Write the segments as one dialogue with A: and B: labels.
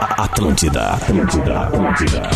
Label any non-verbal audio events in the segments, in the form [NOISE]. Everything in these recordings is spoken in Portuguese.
A: Atlântida, Atlântida, Atlântida.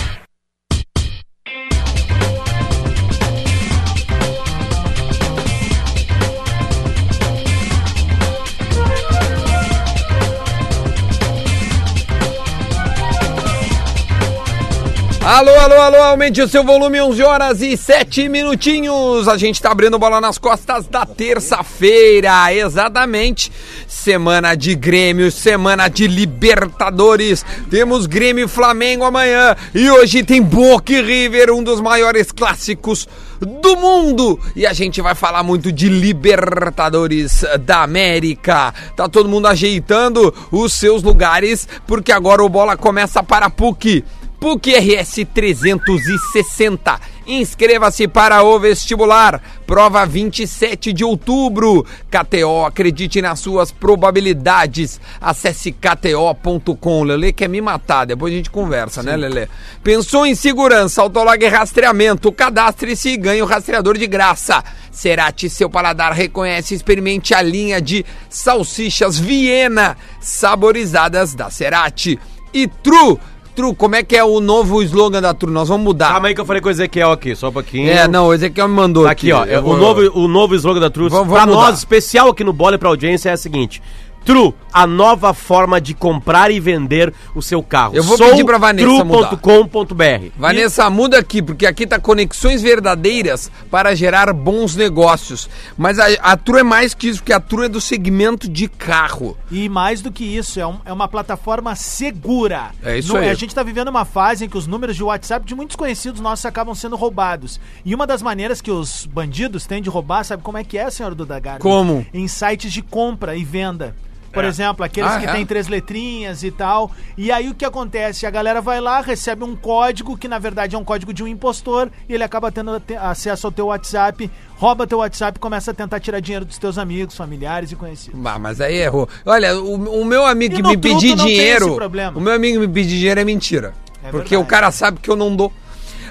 B: Alô, alô, alô, aumente o seu volume, 11 horas e 7 minutinhos. A gente tá abrindo bola nas costas da terça-feira, exatamente. Semana de Grêmio, semana de Libertadores. Temos Grêmio e Flamengo amanhã. E hoje tem Boca e River, um dos maiores clássicos do mundo. E a gente vai falar muito de Libertadores da América. Tá todo mundo ajeitando os seus lugares, porque agora o bola começa para a PUC. PUC RS 360. Inscreva-se para o vestibular. Prova 27 de outubro. KTO, acredite nas suas probabilidades. Acesse kto.com. Lele quer me matar, depois a gente conversa, né, Lele? Pensou em segurança, autolog e rastreamento. Cadastre-se e ganhe o rastreador de graça. Cerati, seu paladar reconhece, experimente a linha de salsichas Viena, saborizadas da Cerati. E Tru, Tru, como é que é o novo slogan da Tru? Nós vamos mudar.
C: Calma aí que eu falei com o Ezequiel aqui, só um pouquinho.
B: É, não, o Ezequiel me mandou
C: Tá Aqui, ó, é
B: Eu
C: o,
B: vou-
C: novo, o novo slogan da True,
B: Vamos-
C: pra
B: vamos mudar.
C: nós, especial aqui no Bola e pra audiência, é a seguinte. True, a nova forma de comprar e vender o seu carro.
B: Eu vou pedir pra Vanessa mudar.
C: True.com.br.
B: Vanessa, muda aqui, porque aqui tá conexões verdadeiras para gerar bons negócios. Mas a, a Tru é mais que isso, porque a Tru é do segmento de carro.
D: E mais do que isso, é, um- é uma plataforma segura.
B: É isso
D: No-
B: aí.
D: A gente está vivendo uma fase em que os números de WhatsApp de muitos conhecidos nossos acabam sendo roubados. E uma das maneiras que os bandidos têm de roubar, sabe como é que é, senhor Duda Garbi?
B: Como?
D: Em sites de compra e venda. Por exemplo, aqueles
B: Ah,
D: que
B: é?
D: têm três letrinhas e tal. E aí o que acontece? A galera vai lá, recebe um código que na verdade é um código de um impostor e ele acaba tendo ate- acesso ao teu WhatsApp, rouba teu WhatsApp e começa a tentar tirar dinheiro dos teus amigos, familiares e conhecidos.
B: Bah, mas aí errou. Olha, o, o meu amigo
D: E
B: que
D: no
B: me
D: truco
B: pedir
D: não tem
B: dinheiro.
D: esse problema.
B: O meu amigo que me pedir dinheiro é mentira.
D: É
B: porque
D: verdade.
B: o cara sabe que eu não dou.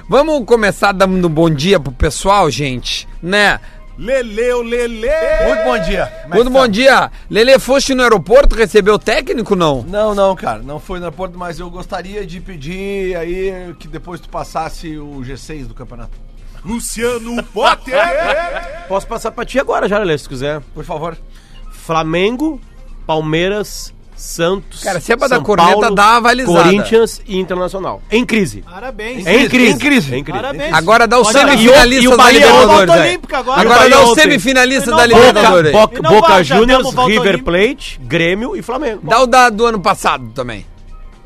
B: Vamos começar dando bom dia pro pessoal, gente, né?
E: Leleu, Lele! Muito bom dia. Como é
B: Muito
E: que
B: bom
E: tá?
B: dia. Lele, foste no aeroporto, recebeu técnico não?
E: Não, não, cara, não foi no aeroporto, mas eu gostaria de pedir aí que depois tu passasse o G6 do campeonato. Luciano Potter!
C: Posso passar pra ti agora já, Lelê, se quiser.
E: Por favor.
C: Flamengo, Palmeiras, Santos,
B: Cara, se é pra dar corneta, dá uma avalizada.
C: Corinthians e Internacional. Em crise.
D: Parabéns.
C: Em crise.
E: em crise.
C: Em crise.
D: Parabéns.
B: Agora dá o
C: e
D: Olha,
C: o- e
B: semifinalista
C: o
B: da
C: Bahia,
B: Libertadores.
D: volta
B: aí.
D: olímpica agora.
B: Agora
C: E o
B: dá o
C: Bahia ontem.
B: semifinalista
D: E não
B: da
D: volta.
B: Libertadores. aí.
C: Boca,
D: E
C: Boca,
D: não vai, já
C: Juniors,
D: demos volta
C: River
D: olímpica.
C: Plate, Grêmio e Flamengo.
B: Dá o da, do ano passado também.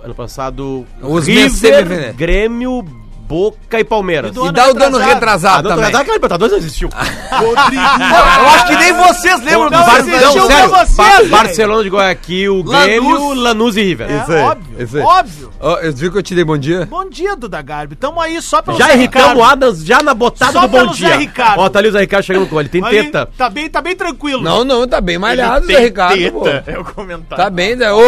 C: Ano passado,
B: Os meses
C: River,
B: semifinais.
C: Grêmio, Boca e Palmeiras.
D: do
B: e
D: ano
B: dá o do ano
D: retrasado.
C: Ah,
B: retrasado
C: não,
B: também.
C: tá- que a Libertadores não existiu.
E: eu acho que nem vocês lembram
D: Não,
C: Bar-
D: existiu
C: Ah, não,
D: pra
C: sério,
D: vocês,
C: Bar-
D: velho.
C: Barcelona de Guayaquil, Grêmio, Lanús e River.
D: É, óbvio,
B: isso aí.
D: óbvio.
B: Ó, eu vi que eu te dei bom dia.
D: Bom dia, Duda Garbi. Tamo aí só pelo
C: Já
D: Zé
C: irritamos o
D: Ricardo.
C: Adams, já na botada
D: Só
C: do bom
D: pelo Zé
C: dia.
D: Ricardo.
C: Ó, tá ali o Zé Ricardo chegando com ele. Tem
D: Olha aí,
C: teta.
D: Tá bem, tá bem tranquilo.
B: Não, não, tá bem malhado, Zé Ricardo. pô.
F: É o comentário.
B: Tá bem, Zé. Ô,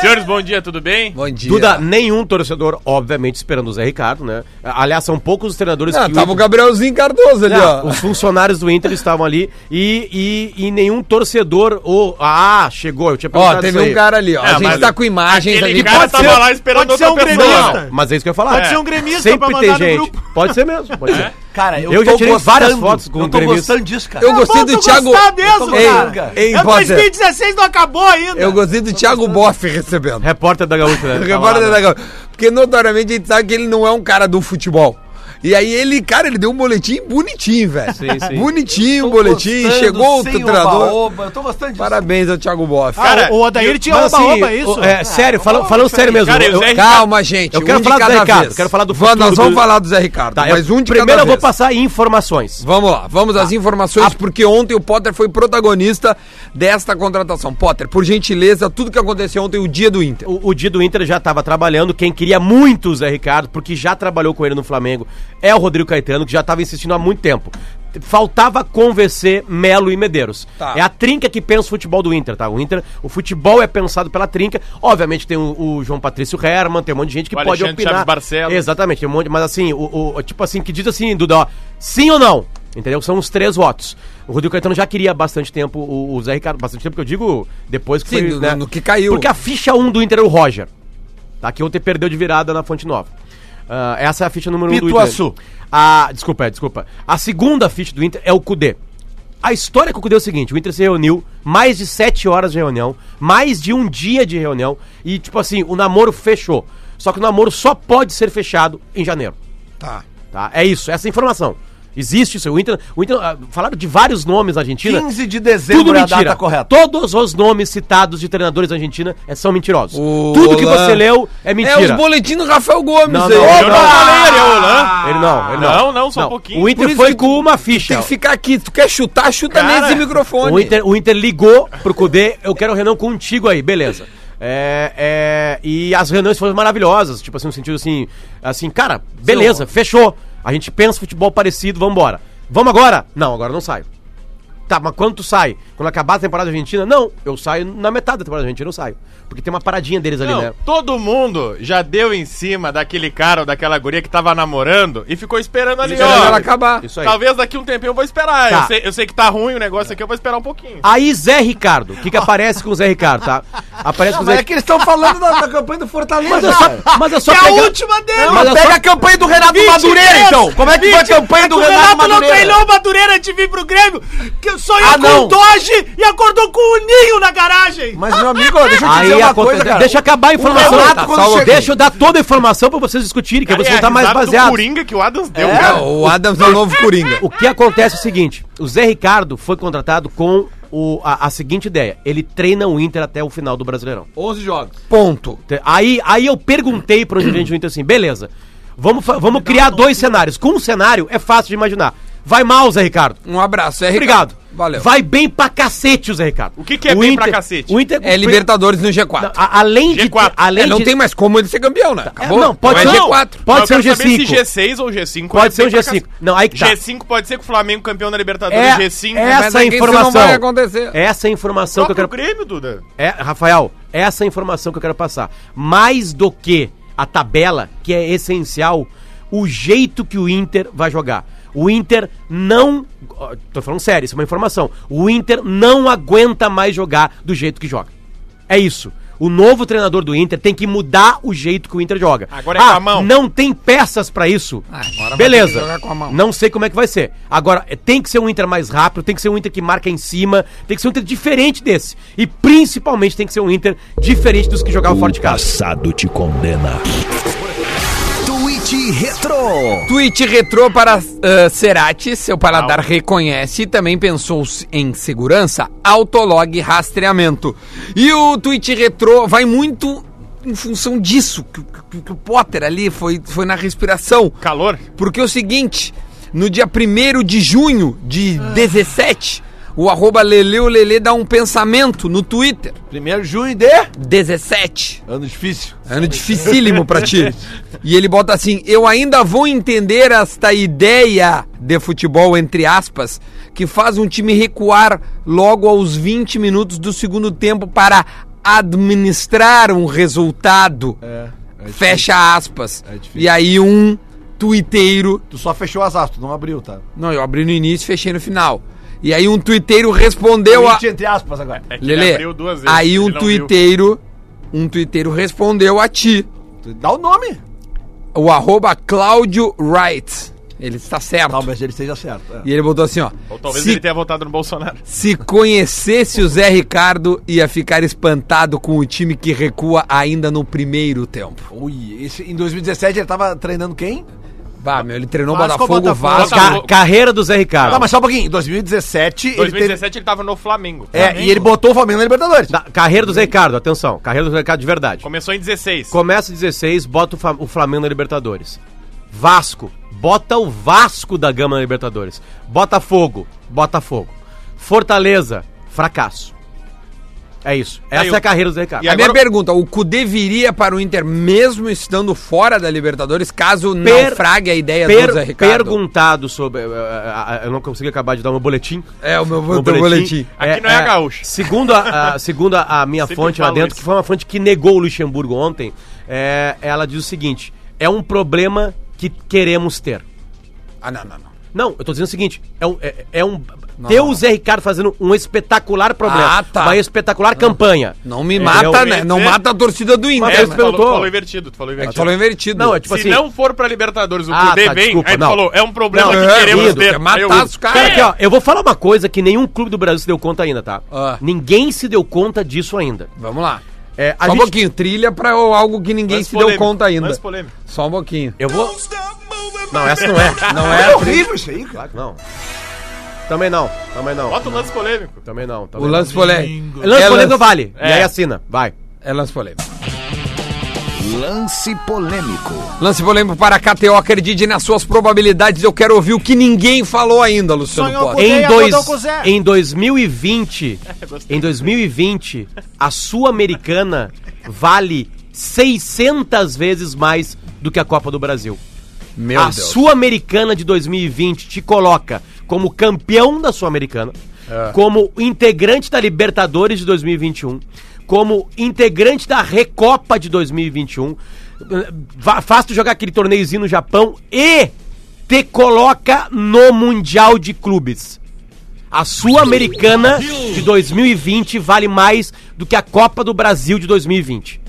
F: Senhores, bom dia, tudo bem?
B: bom dia.
C: Duda, nenhum torcedor, obviamente, esperando o Zé Ricardo, né? Aliás, são poucos os treinadores
B: Não,
C: que.
B: Ah, tava o
C: o
B: Gabrielzinho Cardoso ali,
C: Não,
B: ó.
C: os funcionários do Inter estavam ali e, e, e nenhum torcedor. Ou, ah, chegou, eu tinha
B: Ó, teve
C: isso
B: um
C: aí.
B: cara ali, ó.
F: É,
B: a gente
F: mas
B: tá com imagens
F: Aquele
B: ali.
F: cara
B: Pode
F: tava
B: ser-
F: lá esperando
D: pode ser
F: outra
D: um
F: pessoa.
D: gremista.
C: Não, mas é isso que eu ia falar.
D: Pode
C: É.
D: ser um gremista
C: Sempre
D: pra mandar
C: tem
D: no
C: gente.
D: grupo.
C: Pode ser mesmo, pode ser.
E: Cara, eu,
C: Eu já
E: tô
C: tirei
E: gostando,
C: várias fotos com
E: Eu tô
C: gremistas.
E: gostando disso, cara.
B: Eu gostei do
D: vou
B: Thiago.
D: gostar mesmo,
B: Ei,
D: cara.
B: Ei,
D: é
B: Potter.
D: 2016, não acabou ainda.
B: Eu gostei do Thiago Boff recebendo.
C: Repórter da Gaúcha, né?
B: Repórter da Gaúcha. tá Porque notoriamente a gente sabe que ele não é um cara do futebol. E aí ele, cara, ele deu um boletim bonitinho, velho.
C: Sim, sim.
B: Bonitinho,
E: Tô
B: um boletim,
E: gostando,
B: chegou o
E: sem
B: treinador.
E: oba-oba, Eu tô gostando disso.
B: Parabéns ao Thiago Boff.
D: Ah,
F: Cara,
D: o o Odair tinha
C: Mas, assim,
D: oba-oba, é isso?
C: o- É, sério, fala- falando sério mesmo.
F: Cara, e o
C: eu-
F: Zé
B: Calma, gente. um
C: Eu quero
B: de
C: falar do
B: cada
C: Zé Ricardo,
B: vez.
C: quero falar do
B: Vamos,
C: futuro
B: Nós vamos
C: do-
B: falar do Zé Ricardo,
C: Tá,
B: mas
C: eu-
B: um de
C: primeiro
B: cada
C: eu vou
B: vez.
C: passar Tá. informações.
B: Vamos lá, vamos às informações, porque ontem o Potter foi protagonista desta contratação. Potter, por gentileza, tudo que aconteceu ontem, o dia do Inter.
C: O, o Di do Inter já estava trabalhando. Quem queria muito o Zé Ricardo, porque já trabalhou com ele no Flamengo, é o Rodrigo Caetano, que já estava insistindo há muito tempo. Faltava convencer Melo e Medeiros.
B: Tá.
C: É a trinca que pensa o futebol do Inter, tá? O Inter, o futebol é pensado pela trinca. Obviamente tem o, o João Patrício Herman, tem um monte de gente que
F: O
C: pode
F: Alexandre
C: opinar.
F: Chaves Barcelos.
C: Exatamente, tem um monte, mas assim, o, o- tipo assim, que diz assim, Duda, ó, sim ou não? Entendeu? São os três votos. O Rodrigo Caetano já queria há bastante tempo, o, o Zé Ricardo, bastante tempo que né? eu digo, depois que
B: Sim, no- no que caiu.
D: um
C: Porque a ficha 1 do Inter era o Roger.
D: é Tá? Que ontem perdeu de virada na Fonte Nova. Ah, essa é a ficha número um do
G: Pituaçu.
D: Inter. A, desculpa, é, desculpa. A segunda ficha do Inter é o Cudê. A história com o Cudê é o seguinte: o Inter se reuniu, mais de sete horas de reunião, mais de um dia de reunião, e tipo assim, o namoro fechou. Só que o namoro só pode ser fechado em janeiro.
G: Tá.
D: Tá? É isso, essa é a informação. Existe isso. O Inter, o Inter, ah, falaram de vários nomes na Argentina.
G: 15 de dezembro
D: Tudo
G: é a
D: mentira.
G: data correta.
D: Todos os nomes citados de treinadores da Argentina eh, são mentirosos.
B: O
D: Tudo que
B: Holan-
D: você leu é mentira.
B: É os boletins do Rafael Gomes
D: Não,
B: aí.
D: não,
E: Eu
B: Opa!
E: não falei, ele é o Lan.
D: Ele não, ele não.
E: Não, não, só um pouquinho.
D: O
B: Por
D: Inter
B: isso
D: foi
B: que Então,
D: com uma ficha.
B: Tem que ficar aqui. Tu quer chutar, chuta
E: Cara,
B: nesse microfone.
D: O Inter, o Inter ligou pro Cudê, eu quero reunião contigo aí, beleza. É, é, e as reuniões foram maravilhosas, tipo assim, no sentido assim, assim, cara, beleza, fechou. A gente pensa futebol parecido, vambora. Vamos agora? Não, agora eu não saio. Tá, mas quando tu sai? Quando acabar a temporada argentina? Não, eu saio na metade da temporada argentina, eu saio. Porque tem uma paradinha deles ali,
E: Não,
D: né?
E: todo mundo já deu em cima daquele cara ou daquela guria que tava namorando e ficou esperando ali,
B: Isso aí,
E: ó.
B: ela acabar.
D: Isso aí.
E: Talvez daqui um tempinho eu vou esperar.
D: Tá.
E: Eu, sei, eu sei que tá ruim o negócio aqui, eu vou esperar um pouquinho.
D: Aí Zé Ricardo, o que que aparece com o Zé Ricardo, tá? Aparece com o
G: Mas
D: Zé
G: é que eles estão falando da, da campanha do
D: Mas
G: Fortaleza.
D: é só, mas é só pegar...
G: dele.
D: Não, mas é só-
G: a campanha do Renato
E: 23,
G: Como é que foi a campanha do Renato, Madureira?
H: o Madureira de vir pro Grêmio, que sonhou
G: Ah, não.
H: Doge e acordou com o Ninho na garagem.
G: Mas, meu amigo, deixa eu
E: Ah,
G: te
D: Aí
G: dizer é uma
D: acontece,
G: coisa, cara.
D: deixa acabar a informação.
G: Renato,
D: Tá,
G: quando
D: Saulo,
G: chega-
D: deixa eu dar toda a informação pra vocês discutirem, que vocês vão
E: Cara, é
D: estar
E: a
D: mais
E: risada do
D: baseados.
E: Coringa que o Adams deu,
B: É,
E: cara.
B: o Adams é o novo Coringa.
D: O que acontece é o seguinte: o Zé Ricardo foi contratado com o- a, a seguinte ideia: ele treina o Inter até o final do Brasileirão.
G: 11 jogos.
B: Ponto.
D: Te- Aí, aí eu perguntei para o gerente do Inter assim: beleza, vamos, fa- vamos criar dois cenários. Com um cenário é fácil de imaginar. Vai mal, Zé Ricardo.
B: Um abraço, é
D: Obrigado.
B: Valeu.
D: Vai bem pra cacete o Zé Ricardo.
E: O que que é bem pra
D: Inter-
E: cacete?
D: O Inter
B: É Libertadores no G4.
D: Não, a- além de
E: G4.
D: além
B: É, não
D: de-
B: tem mais como ele ser campeão, né?
D: É, não, pode
B: Então
D: ser
B: é
D: não.
B: G4.
D: Pode
E: Mas
D: ser
E: eu
D: o
E: quero saber
D: G5.
E: se G6 ou G5.
D: Pode ser o
E: bem pra
D: G5.
E: cacete.
D: Não, aí que tá.
E: G5 pode ser que o Flamengo campeão da Libertadores,
D: É,
E: G5.
B: mas
D: essa
B: é que isso não
D: informação.
B: vai acontecer.
D: Essa é a informação que eu
E: Próprio
D: quero.
E: Grêmio, Duda.
D: É, Rafael, essa é a informação que eu quero passar. Mais do que a tabela, que é essencial, o jeito que o Inter vai jogar. O Inter não. ó, Tô falando sério, isso é uma informação. O Inter não aguenta mais jogar do jeito que joga. É isso. O novo treinador do Inter tem que mudar o jeito que o Inter joga. Ah,
E: Agora é com a mão.
D: Não tem peças pra isso.
B: Ah, agora vai ter que
D: Beleza.
B: jogar com a mão.
D: Não sei como é que vai ser. Agora, eh, tem que ser um Inter mais rápido, tem que ser um Inter que marca em cima, tem que ser um Inter diferente desse. E principalmente tem que ser um Inter diferente dos que jogavam fora de casa.
A: Passado te condena. Tweet Retro.
B: Tweet retrô para ah, Cerati, seu paladar reconhece e também pensou em segurança, autolog rastreamento. E o tweet retrô vai muito em função disso, que, que- que o Potter ali foi, foi na respiração.
E: Calor.
B: Porque é o seguinte, no dia 1 de junho de 17, o arroba Leleu Lele dá um pensamento no Twitter.
G: Primeiro junho de...
B: 17.
G: Ano difícil.
B: Ano dificílimo pra
G: [LAUGHS]
B: ti. E ele bota assim: Eu ainda vou entender esta ideia de futebol, entre aspas, que faz um time recuar logo aos 20 minutos do segundo tempo para administrar um resultado. Fecha aspas.
G: É difícil.
B: e aí um tuiteiro
G: Tu só fechou as aspas, tu não abriu, tá?
B: não, eu abri no início e fechei no final. E aí um tuiteiro respondeu a.
G: Tweet entre aspas agora.
E: É que ele
B: Lele,
E: abriu duas vezes,
B: aí
E: ele
B: um
E: não viu.
B: tuiteiro. Um tuiteiro respondeu a ti.
G: Tu Dá o nome.
B: O arroba Claudio Wright. Ele está certo.
G: Talvez ele esteja certo. é.
B: E ele botou assim, ó.
E: Ou talvez
B: se,
E: ele tenha votado no Bolsonaro.
B: se conhecesse o Zé Ricardo, ia ficar espantado com o time que recua ainda no primeiro tempo.
G: Ui, esse, em 2017 ele tava treinando quem?
B: Bah, meu, ele treinou
G: Vasco
B: Botafogo,
G: ou Botafogo?
B: Vasco.
D: Ca- carreira do Zé Ricardo.
G: Não, mas só um pouquinho. Em 2017,
E: 2017 ele tava no Flamengo.
G: ele teve... É, e ele botou o Flamengo na Libertadores.
D: Da- carreira do Zé Ricardo, atenção. Carreira do Zé Ricardo de verdade.
E: Começou em 16.
D: Começa 16, bota o, Fa- o Flamengo na Libertadores. Vasco, bota o Vasco da Gama na Libertadores. Botafogo, Botafogo. Fortaleza, fracasso. É isso. Essa
E: Aí,
D: é a
E: o-
D: carreira do Zé Ricardo.
E: e
B: A
E: agora-
B: minha pergunta, o Cudê viria para o Inter mesmo estando fora da Libertadores, caso
D: Per-
B: naufrague a ideia
D: Per-
B: do Zé Ricardo?
D: perguntado sobre. eh, eh, eh, Eu não consegui acabar de dar meu boletim.
B: É, o meu
D: Meu
B: o teu boletim.
E: Aqui não é a gaúcha.
B: [LAUGHS]
D: Segundo a, a- segundo a, a minha
E: Sempre
D: fonte lá
E: falo
D: dentro,
E: isso.
D: que foi uma fonte que negou o Luxemburgo ontem, eh, ela diz o seguinte: é um problema que queremos ter.
B: Ah, não, não, não.
D: Não, eu tô dizendo o seguinte: é um. É, é um ter o Zé Ricardo fazendo um espetacular problema,
B: Ah, tá.
D: uma espetacular campanha.
B: Não me
D: É,
B: mata,
D: eu-
B: né? Não
E: é-
B: mata a torcida do
D: Mas
B: Inter.
D: tu
E: tu
B: né?
D: perguntou.
E: falou, tu falou invertido, tu falou
B: É que
E: invertido.
B: falou invertido.
D: Não, é tipo
E: Se
D: assim.
E: não for pra Libertadores, o
D: Ah,
E: Cudê
D: tá,
E: vem,
D: desculpa,
E: aí tu
D: não.
E: falou, é um problema
D: Não,
E: que
D: é,
E: queremos
D: querido,
E: ter.
B: quer matar
E: Aí eu- É,
B: os caras.
D: Cara, aqui, ó, eu vou falar uma coisa que nenhum clube do Brasil se deu conta ainda, tá?
B: Ah.
D: Ninguém se deu conta disso ainda.
B: Vamos lá.
D: É, a
B: Só um
D: gente-
B: pouquinho, trilha pra algo que ninguém
E: Lance
B: se deu
E: polêmico,
B: conta ainda.
E: lance polêmico.
B: Só um pouquinho.
D: Eu vou. Não, essa não é.
B: Não
G: É
B: é?
G: horrível isso aí, cara.
D: Ah, Não. Também não. Também não.
E: Bota o lance polêmico.
D: Também não. Também
B: O lance polêmico.
D: não. Lance
B: é
D: polêmico vale.
E: É.
D: E aí assina. Vai.
B: É lance polêmico.
A: Lance polêmico.
B: Lance polêmico para a KTO. Acredite nas suas probabilidades. Eu quero ouvir o que ninguém falou ainda, Luciano
H: Sonhou
B: Potter.
H: Odeia
D: Em, dois,
H: Rodolfo Zé.
D: em 2020, em 2020, a Sul-Americana vale 600 vezes mais do que a Copa do Brasil.
B: Meu
D: a Sul-Americana de 2020 te coloca como campeão da Sul-Americana,
B: É.
D: como integrante da Libertadores de 2021, como integrante da Recopa de 2021. Va- Faz tu jogar aquele torneiozinho no Japão e te coloca no Mundial de Clubes. A Sul-Americana de 2020 vale mais do que a Copa do Brasil de 2020.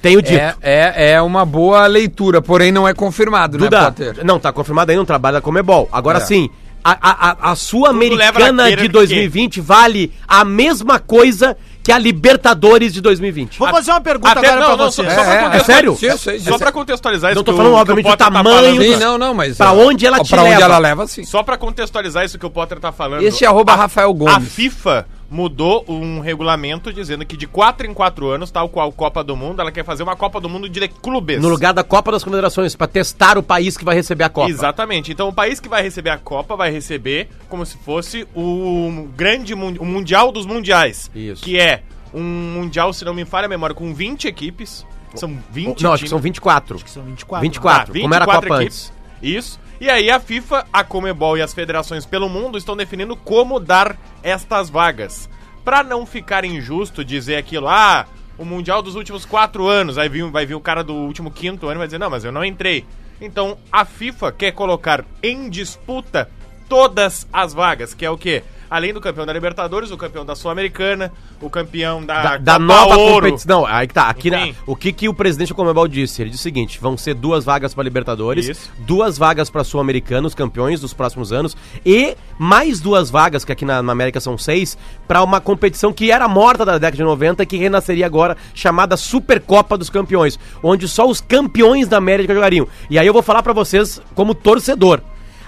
D: Tenho dito.
B: É, é, é uma boa leitura, porém não é confirmado, né,
D: Duda,
B: Potter?
D: não, tá confirmado ainda um trabalho da Comebol. Agora
B: É.
D: sim, a, a, a, a
E: Tudo leva
D: Sul-Americana
E: naquele
D: de
E: que-
D: 2020 vale a mesma coisa que a Libertadores de 2020.
H: Vou fazer uma pergunta
E: Até-
H: agora
E: não,
H: pra
E: não,
H: você.
E: só- só-
H: É.
B: é,
D: é sério?
B: Sim, eu sei,
E: Só pra contextualizar
D: Não
E: isso
D: tô
E: que
D: falando,
E: o- que
D: obviamente,
E: o Potter
D: o
E: tá
D: tamanho
E: falando.
B: Sim, não, não, mas...
D: Pra
B: é,
D: onde ela te
B: pra onde
D: leva?
B: ela leva, sim.
E: Só pra contextualizar isso que o Potter tá falando.
B: Este é arroba
E: a-
B: Rafael Gomes.
E: A FIFA mudou um regulamento dizendo que de 4 em 4 anos, tal qual Copa do Mundo, ela quer fazer uma Copa do Mundo de clubes.
D: No lugar da Copa das Confederações, pra testar o país que vai receber a Copa.
E: Exatamente. Então o país que vai receber a Copa vai receber como se fosse o grande mun- o mundial dos mundiais,
D: Isso.
E: que é um mundial, se não me falha a memória, com 20 equipes. São 20
D: Não, acho que são 24. Acho que
H: São 24.
E: né?
D: 24,
E: Ah,
D: como era a Copa antes.
E: Isso. E aí a FIFA, a Comebol e as federações pelo mundo estão definindo como dar estas vagas. Pra não ficar injusto dizer aquilo, ah, o Mundial dos últimos quatro anos, aí vem- vai vir o cara do último quinto ano e vai dizer, não, mas eu não entrei. Então a FIFA quer colocar em disputa todas as vagas, que é o quê? Além do campeão da Libertadores, o campeão da Sul-Americana, o campeão
D: Da,
E: da,
D: da
E: Copa
D: nova
E: Tá, Ouro.
D: competição. Não, aí que tá. Aqui, na-
E: Enfim.
D: o que, que o presidente da Comebol disse? Ele disse o seguinte: vão ser duas vagas pra Libertadores,
E: Isso.
D: duas vagas pra Sul-Americanos, campeões dos próximos anos, e mais duas vagas, que aqui na, na América são seis, pra uma competição que era morta da década de 90 e que renasceria agora, chamada Supercopa dos Campeões, onde só os campeões da América jogariam. E aí eu vou falar pra vocês como torcedor.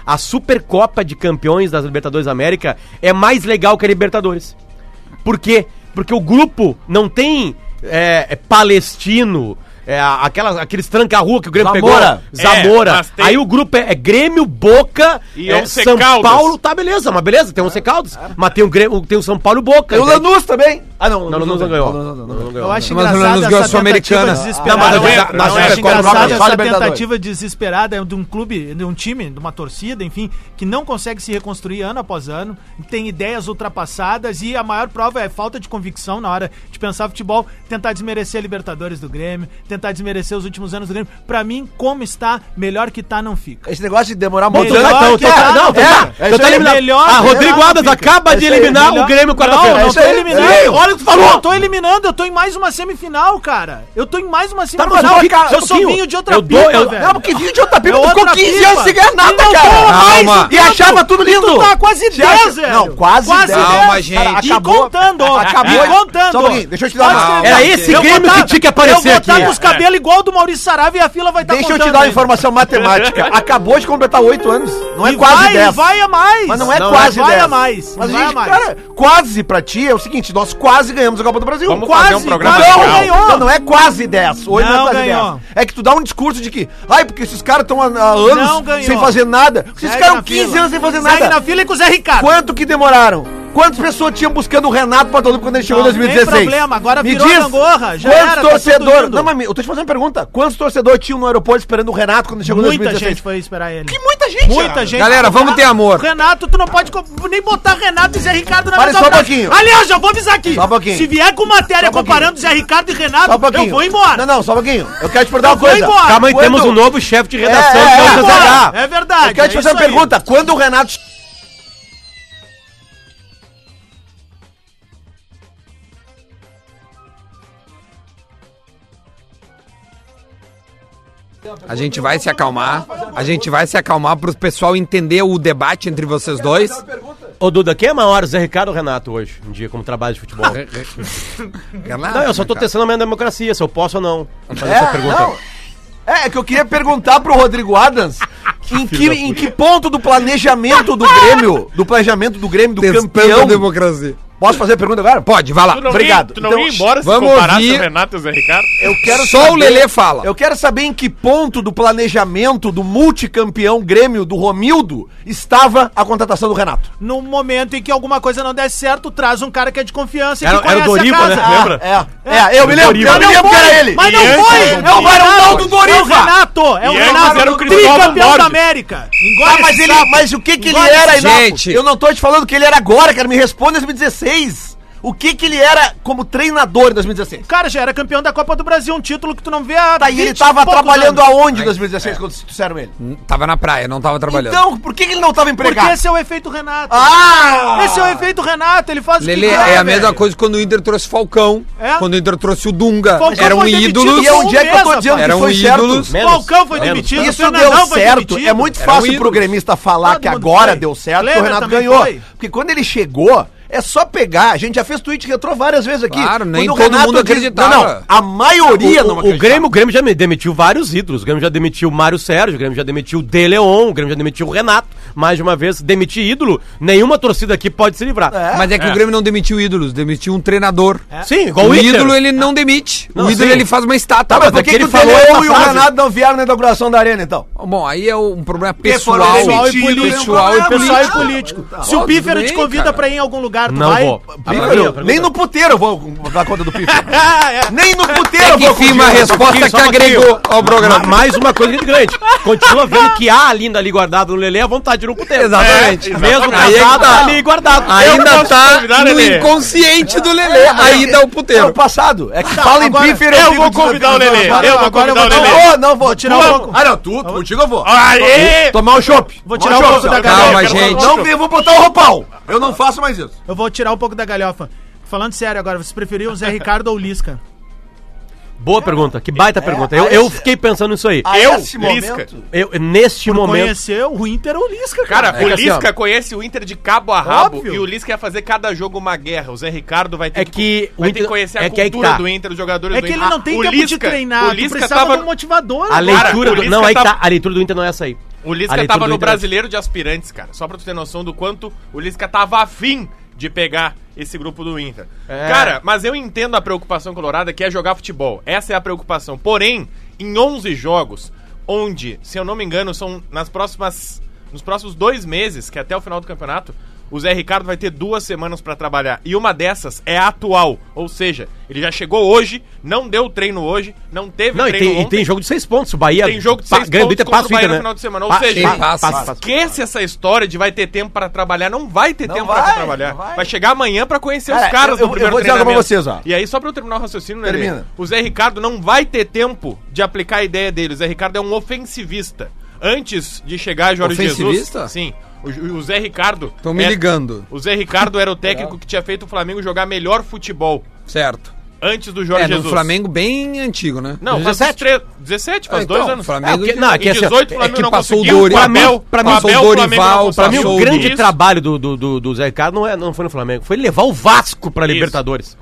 D: A Supercopa de Campeões das Libertadores da América é mais legal que a Libertadores. Por quê? Porque o grupo não tem é, é, palestino, é, aquela, aqueles tranca-rua que o Grêmio
E: Zamora.
D: pegou. Zamora.
E: É, mas tem-
D: Aí o grupo é, é Grêmio, Boca,
E: E
D: é,
E: Once
D: São
E: Caldas.
D: Paulo. Tá, beleza, mas beleza, tem um Caldas. Mas tem o, Grêmio, tem o São Paulo e o Boca. Então,
G: Tem o
D: entende?
G: Lanús também. Ah, não.
D: Não, não, não, não ganhou.
H: Eu acho
B: Mas o
H: engraçada
B: Lanús ganhou a
H: essa
B: Sul-Americana.
H: tentativa
D: Não, mas não
H: desesperada.
D: é
H: Eu
D: entra, não
H: acho
D: entra,
H: engraçada
G: Copa do Brasil, só
H: essa
G: Libertadores.
H: tentativa desesperada de um clube, de um time, de uma torcida, enfim, que não consegue se reconstruir ano após ano, tem ideias ultrapassadas e a maior prova é falta de convicção na hora de pensar futebol, tentar desmerecer a Libertadores do Grêmio, tentar desmerecer os últimos anos do Grêmio. Pra mim, como está, melhor que tá não fica.
G: Esse negócio de demorar
D: Bom,
G: muito.
D: então tá,
H: Melhor
D: então,
H: que
D: então tá-
H: é,
D: não, então
H: é,
D: tá-
G: é
D: então
G: isso
D: tá
G: aí.
D: eliminado.
H: Melhor
D: Ah,
H: que
D: Rodrigo
H: é,
D: Adas
G: fica.
D: acaba
G: É
D: de
G: isso aí,
D: eliminar o Grêmio quarta-feira.
H: Não, não tô
G: aí,
H: eliminando.
G: é isso aí.
H: Olha o que tu falou. Eu tô eliminando. Eu tô em mais uma semifinal, cara. Eu tô em mais uma
D: Tá,
H: semifinal.
D: mas não fica-
H: eu sou
D: Pouquinho.
H: vinho de outra
D: Eu dou- eu-
H: velho.
G: Não, porque vinho de outra pipa,
H: É
G: tu ficou
H: outra
G: 15
H: pipa.
G: anos sem ganhar nada,
H: E não
G: cara.
H: tô mais
G: Calma. E achava tudo lindo.
H: Tu tá quase
G: Você acha-
H: 10, velho.
G: Não, quase 10.
B: Calma,
H: dez.
B: gente.
H: E
G: Acabou-
H: contando.
G: acabou-
H: E contando.
G: Só um pouquinho, deixa eu te dar
H: Pode
G: uma-
H: ser,
D: Era
H: velho.
D: esse
H: Eu
D: Grêmio
H: botar-
D: que tinha que aparecer
H: Eu vou
D: aqui.
H: estar com os cabelos igual do Maurício Saraiva e a fila vai tá estar
G: Deixa eu te dar uma informação matemática. Acabou de completar 8 anos. Não é quase 10.
H: vai a mais.
G: Mas não é
H: Não,
G: quase
H: Vai
G: 10.
H: a mais.
G: Mas,
H: vai
G: gente,
H: a mais.
G: cara, quase pra ti é o seguinte, nós quase ganhamos a Copa do Brasil.
E: Vamos
G: quase.
E: fazer um programa
G: não,
E: legal.
G: Não, não é quase 10. Hoje não,
H: Não
G: é quase
H: ganhou.
G: 10. É que tu dá um discurso de que, ai, porque esses caras estão há, há
H: Não
G: anos
H: ganhou.
G: sem fazer nada. Vocês
H: Segue
G: ficaram
H: na
G: 15
H: fila.
G: anos sem fazer
H: Segue na
G: nada.
H: fila e com o Zé Ricardo.
G: Quanto que demoraram? Quantas pessoas tinham buscando o Renato Portaluppi quando ele chegou em
H: Não,
G: 2016?
H: tem problema, agora
G: Me
H: virou
G: diz,
H: gangorra, já
G: quantos
H: era, tá tudo
G: torcedores...
H: indo.
G: não, mas eu tô te fazendo uma pergunta. Quantos torcedores tinham no aeroporto esperando o Renato quando ele chegou em
H: Muita
G: 2016?
H: gente foi esperar ele.
G: Que muita gente,
H: Muita gente.
B: Galera, vamos ter amor.
H: Renato, tu não pode co- nem botar Renato e Zé Ricardo na
G: Para só um
H: frase.
G: pouquinho.
H: Aliás, já vou avisar aqui.
G: Só um pouquinho.
H: Se vier com matéria
G: Só um pouquinho.
H: comparando Zé Ricardo e Renato,
G: Só um pouquinho.
H: eu vou embora.
G: Não, não, só um pouquinho. Eu quero te perguntar uma
H: vou
G: coisa.
H: embora.
D: Calma aí,
G: Quando-
D: temos um novo chefe de redação,
G: É,
D: que é o
G: é,
D: José
G: agora.
D: H.
H: é verdade.
G: Eu quero te
H: é
G: fazer uma
H: isso aí.
G: pergunta. Quando o Renato
B: A gente vai se acalmar. A gente vai se acalmar pro pessoal entender o debate entre vocês dois.
D: Ô, Duda, quem é maior, Zé Ricardo ou Renato hoje, em dia, como trabalho de
G: [LAUGHS]
D: futebol?
B: Renato,
D: não, eu só tô
B: cara.
D: testando a minha democracia, se eu posso ou não fazer essa pergunta.
G: não. É, é que eu queria perguntar pro
D: [LAUGHS]
G: Rodrigo Adams em, que, em que ponto do planejamento do Grêmio, do planejamento do Grêmio, do
B: Testando a
G: campeão...
B: democracia.
G: Posso fazer a pergunta agora?
B: Pode, vai lá.
E: Tu não
G: Obrigado.
E: Ia, tu não
G: Então,
E: ia embora se
B: vamos
E: comparasse
B: ouvir-
E: o Renato e o Zé Ricardo?
G: Eu quero
B: Só o Lelê fala.
G: Eu quero saber em que ponto do planejamento do multicampeão Grêmio do Romildo estava a contratação do Renato.
H: No momento em que alguma coisa não der certo, traz um cara que é de confiança e
D: Era-
H: que
D: era o Doriva, né? Lembra?
G: Ah, É, é, eu me lembro,
D: Doriva.
G: eu me lembro que era ele.
H: Ah, Mas não
E: E antes
H: foi!
E: era
G: o Barão
H: É
G: do
H: o
G: Doriva.
H: Renato! É o
E: E antes
H: Renato!
E: era o Cristóvão
H: tricampeão
E: Borges.
H: da América! Engole
G: Ah, mas,
H: esse
G: ele,
H: sapo.
G: mas o que que ele
H: Engole
G: era,
H: esse
B: sapo.
G: Renato?
B: Gente.
G: Eu não tô te falando que ele era agora, cara, me responde em 2016. O que que ele era como treinador em 2016?
H: Cara, já era campeão da Copa do Brasil, um título que tu não vê há
G: Tá, e ele
H: 20
G: tava
H: poucos
G: trabalhando
H: anos.
G: aonde em 2016 quando disseram ele?
B: Tava na praia, não tava trabalhando.
G: Então, por que que ele não tava
H: Porque
G: empregado?
H: esse é o efeito Renato.
G: Ah!
H: Esse é o efeito Renato, ele faz
B: Lele,
H: quer,
B: é a
H: velho.
B: mesma coisa quando o Inter trouxe Falcão,
H: É?
B: quando o Inter trouxe o Dunga.
H: Falcão
B: Eram
H: foi demitido
B: ídolos.
G: E onde é que eu tô
H: Mesmo,
G: dizendo
B: Eram
G: que foi
B: ídolos.
G: certo?
H: O Falcão foi
D: Menos.
H: demitido,
G: Isso
H: o
G: deu
H: Fernandão foi
G: certo.
H: demitido.
G: É muito
B: Era um
G: fácil
B: ídolo.
G: pro gremista falar
H: Todo
G: que
H: mundo
G: agora
H: foi.
G: deu certo, que o
H: Kleber
G: Renato
H: também
G: ganhou.
H: foi.
G: Porque quando ele chegou, é só pegar. A gente já fez tweet retrô várias vezes aqui.
B: Claro, nem
G: Quando o
B: todo
G: Renato
B: mundo
G: diz-
B: acreditava.
G: Não, não. A maioria não
D: O, o, Grêmio, o Grêmio já me demitiu vários ídolos. O Grêmio já demitiu o Mário Sérgio, o Grêmio já demitiu o De Leon, o Grêmio já demitiu o Renato. Mais de uma vez, demitir ídolo, nenhuma torcida aqui pode se livrar.
G: É.
B: Mas é que o Grêmio não demitiu ídolos, demitiu um treinador.
D: Sim, igual
B: O,
D: o, Inter.
B: ídolo ele não demite.
D: Não,
B: o ídolo
D: sim.
B: ele faz uma estátua.
G: Tá, mas por
D: é
G: que,
D: que
G: que
D: ele
G: o
D: falou
H: um
G: Deleu
D: outra
G: e o
D: frase.
G: Renato não vieram na inauguração da arena, então?
B: Bom, aí é um problema pessoal.
G: foram
H: Pessoal e
G: demitidos,
H: político.
B: pessoal e
H: Ah, pessoal e
B: político.
H: político.
G: Tá.
H: Se o
B: Ó,
H: Pífero
B: tudo
H: te
B: bem,
H: convida
B: cara.
H: pra ir em algum lugar, tu
D: Não
H: vai? Ah,
D: vou.
H: Pífero,
D: Pra
G: Pífero,
D: mim, pra mim,
G: nem
D: tá.
G: no puteiro eu vou dar conta do Pífero. nem no puteiro eu
B: É que
G: vou
B: enfim, uma
G: fugir.
B: resposta que
D: Só um pouquinho.
B: agregou ao programa.
D: Ma- mais uma coisa muito grande. Continua vendo que há a linda ali guardada no Lelê, a vontade de ir no puteiro.
B: Exatamente.
D: É, Mesmo
B: Aí é que
D: casado,
B: tá.
D: tá ali guardado.
B: Ainda tá
E: convidar,
B: no
E: Lelê.
B: inconsciente do Lelê, aí dá o
G: É o
B: puteiro.
G: passado. É que fala em
H: agora-
G: Pífero
E: Eu
G: fico
E: vou convidar o Lelê.
H: agora-
E: Eu vou
H: agora eu
E: convidar o
H: vou-
G: Não,
E: Lelê.
G: não, não, vou tirar
H: Vamos.
G: um pouco. Ah, não, tu, contigo eu vou.
E: Aê!
G: Tomar um chopp.
H: [LAUGHS] Vou
G: Tomar
H: tirar um
G: chopp,
H: pouco da
G: ó.
H: galera.
B: Calma,
G: Eu quero-
B: gente.
G: Não, eu vou botar o roupão. Eu não faço mais isso.
H: Eu vou tirar um pouco da galhofa. Falando sério agora, vocês preferiam o Zé Ricardo ou o
G: [LAUGHS]
H: Lisca?
D: Boa pergunta, que
E: É,
D: baita pergunta. Eu, eu fiquei pensando nisso aí.
G: A
E: Eu,
G: esse
E: Lisca.
D: Eu, neste momento.
H: Conheceu o Inter ou o Lisca,
E: Cara,
D: É que
E: o
D: assim,
E: Lisca
D: ó.
E: conhece o Inter de cabo a rabo
H: Óbvio.
E: e o Lisca ia fazer cada jogo uma guerra. O Zé Ricardo vai ter,
D: É que o
E: vai ter
D: Inter-
E: que conhecer
D: é
E: a
D: que aí que
E: cultura
D: tá.
E: do Inter, os jogadores
H: É
E: do
H: que
E: Inter.
H: ele não tem
E: Ah, o
H: tempo de
E: Lisca-
H: treinar,
E: O
H: tu
E: Lisca
H: precisava
E: tava,
H: de um motivador.
D: A
H: né?
E: lei-
D: leitura
E: o
D: do.
E: Lisca
D: Não, aí que
E: tá-
D: tá. A leitura do Inter não é essa aí.
E: o
D: A
E: Lisca
D: leitura
E: tava
D: do
E: no
D: Inter é essa.
E: Brasileiro de Aspirantes, cara. Só pra tu ter noção do quanto o Lisca tava afim de pegar esse grupo do Inter.
D: É.
E: Cara, mas eu entendo a preocupação colorada que é jogar futebol. Essa é a preocupação. Porém, em 11 jogos, onde, se eu não me engano, são nas próximas nos próximos dois meses, que é até o final do campeonato, o Zé Ricardo vai ter duas semanas pra trabalhar. E uma dessas é a atual. Ou seja, ele já chegou hoje, não deu treino hoje, não teve
D: Não, e
E: treino
D: tem, e
E: ontem.
D: tem jogo de seis pontos. O Bahia.
E: Tem jogo de
D: É, pa-
E: seis
D: Grêmio do
E: pontos
D: Inter
E: contra
D: passa o Inter,
E: Bahia no
D: né?
E: final de semana. Ou
D: Pa-
E: seja,
D: pa-
B: passa,
D: passa, passa.
E: Esquece essa história de vai ter tempo pra trabalhar. Não vai ter tempo
G: vai,
E: pra trabalhar.
G: não vai.
E: Vai. chegar amanhã pra conhecer
G: Cara,
E: os caras
G: eu- eu- eu vou dizer algo pra vocês, ó.
E: E aí, só pra eu terminar o raciocínio, né?
G: Termina.
E: O Zé Ricardo não vai ter tempo de aplicar a ideia dele. O Zé Ricardo é um ofensivista. Antes de chegar Jorge Jesus...
B: Ofensivista?
E: Sim. O, o Zé Ricardo...
B: Estão me
E: é-
B: ligando.
E: O Zé Ricardo era o técnico que tinha feito o Flamengo jogar melhor futebol
B: Certo.
E: antes do Jorge
B: É, no
E: Jesus.
B: Flamengo bem antigo, né?
E: Não,
D: 17.
E: 17. Faz tre- 17, faz
B: Ah,
E: dois
B: então,
E: anos.
B: Flamengo-
D: É, porque- não, é que
E: Em
D: assim, ó,
E: 18 o
B: é
E: Flamengo
B: que
E: não
B: passou o
E: conseguiu,
B: Dori-
E: com o
B: pra mim-
E: Abel,
B: pra mim
E: com o
B: passou o
E: Abel,
B: Dorival,
E: Flamengo não
B: pra é
D: Pra mim,
E: conseguiu. é
D: o
B: Show
D: grande
E: Isso.
D: trabalho do, do, do, do Zé Ricardo não, é, não foi no Flamengo, foi levar o Vasco pra Libertadores.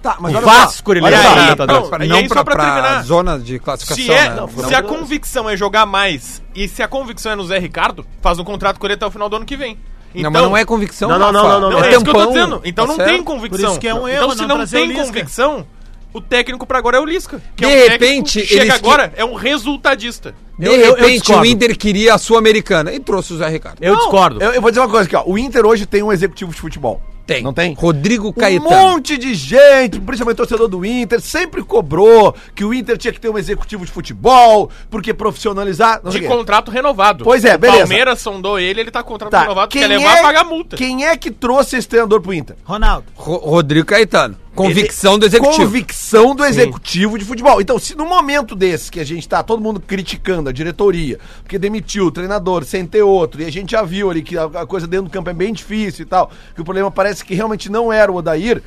G: Tá, mas
D: O
G: olha só.
D: Vasco, ele
G: Olha
E: leva
G: só.
E: a
B: Pra-
E: Libertadores.
B: pra- né? pra-
E: Não, e
B: não
E: aí
B: pra,
E: só pra
B: pra
E: terminar.
B: zona de classificação,
E: Se, é,
B: né?
E: se a convicção é jogar mais e se a convicção é no Zé Ricardo, faz um contrato com ele até o final do ano que vem. Então,
B: não, mas não é convicção,
D: Não, não, não,
B: Rafa.
D: não, não,
E: Não, é, isso que eu tô
B: tampão.
E: dizendo. Então
B: Tá
E: não
B: certo.
E: tem convicção.
H: Por isso que é um erro
E: Então, se
H: não
E: não,
H: trazer o
E: tem
H: Lisca.
E: convicção, o técnico pra agora é o Lisca. que
B: De
E: é um
B: repente,
E: técnico que chega
B: eles que-
E: agora, é um resultadista.
B: De
D: Eu- eu- eu
B: repente o
D: discordo.
B: Inter queria a Sul-Americana e trouxe o Zé Ricardo.
D: Eu discordo.
G: Eu, eu vou dizer uma coisa aqui, ó. O Inter hoje tem um executivo de futebol.
B: Tem.
G: Não tem?
B: Rodrigo
G: Um
B: Caetano.
G: monte de gente, um principalmente torcedor do Inter, sempre cobrou que o Inter tinha que ter um executivo de futebol, porque profissionalizar. Não
E: De
G: sei
B: é?
G: o quê.
E: contrato renovado.
G: Pois é, beleza.
E: O Palmeiras sondou ele, ele tá com contrato
G: Tá.
E: renovado,
G: Quem,
E: quer levar,
G: é,
E: paga multa.
G: quem é que trouxe esse treinador pro Inter?
H: Ronaldo.
B: Ro- Rodrigo Caetano. Convicção do executivo.
G: Convicção do executivo de futebol. Então, se no momento desse que a gente tá todo mundo criticando a diretoria, porque demitiu o treinador sem ter outro, e a gente já viu ali que a, a coisa dentro do campo é bem difícil e tal, que o problema parece que realmente não era o Odair,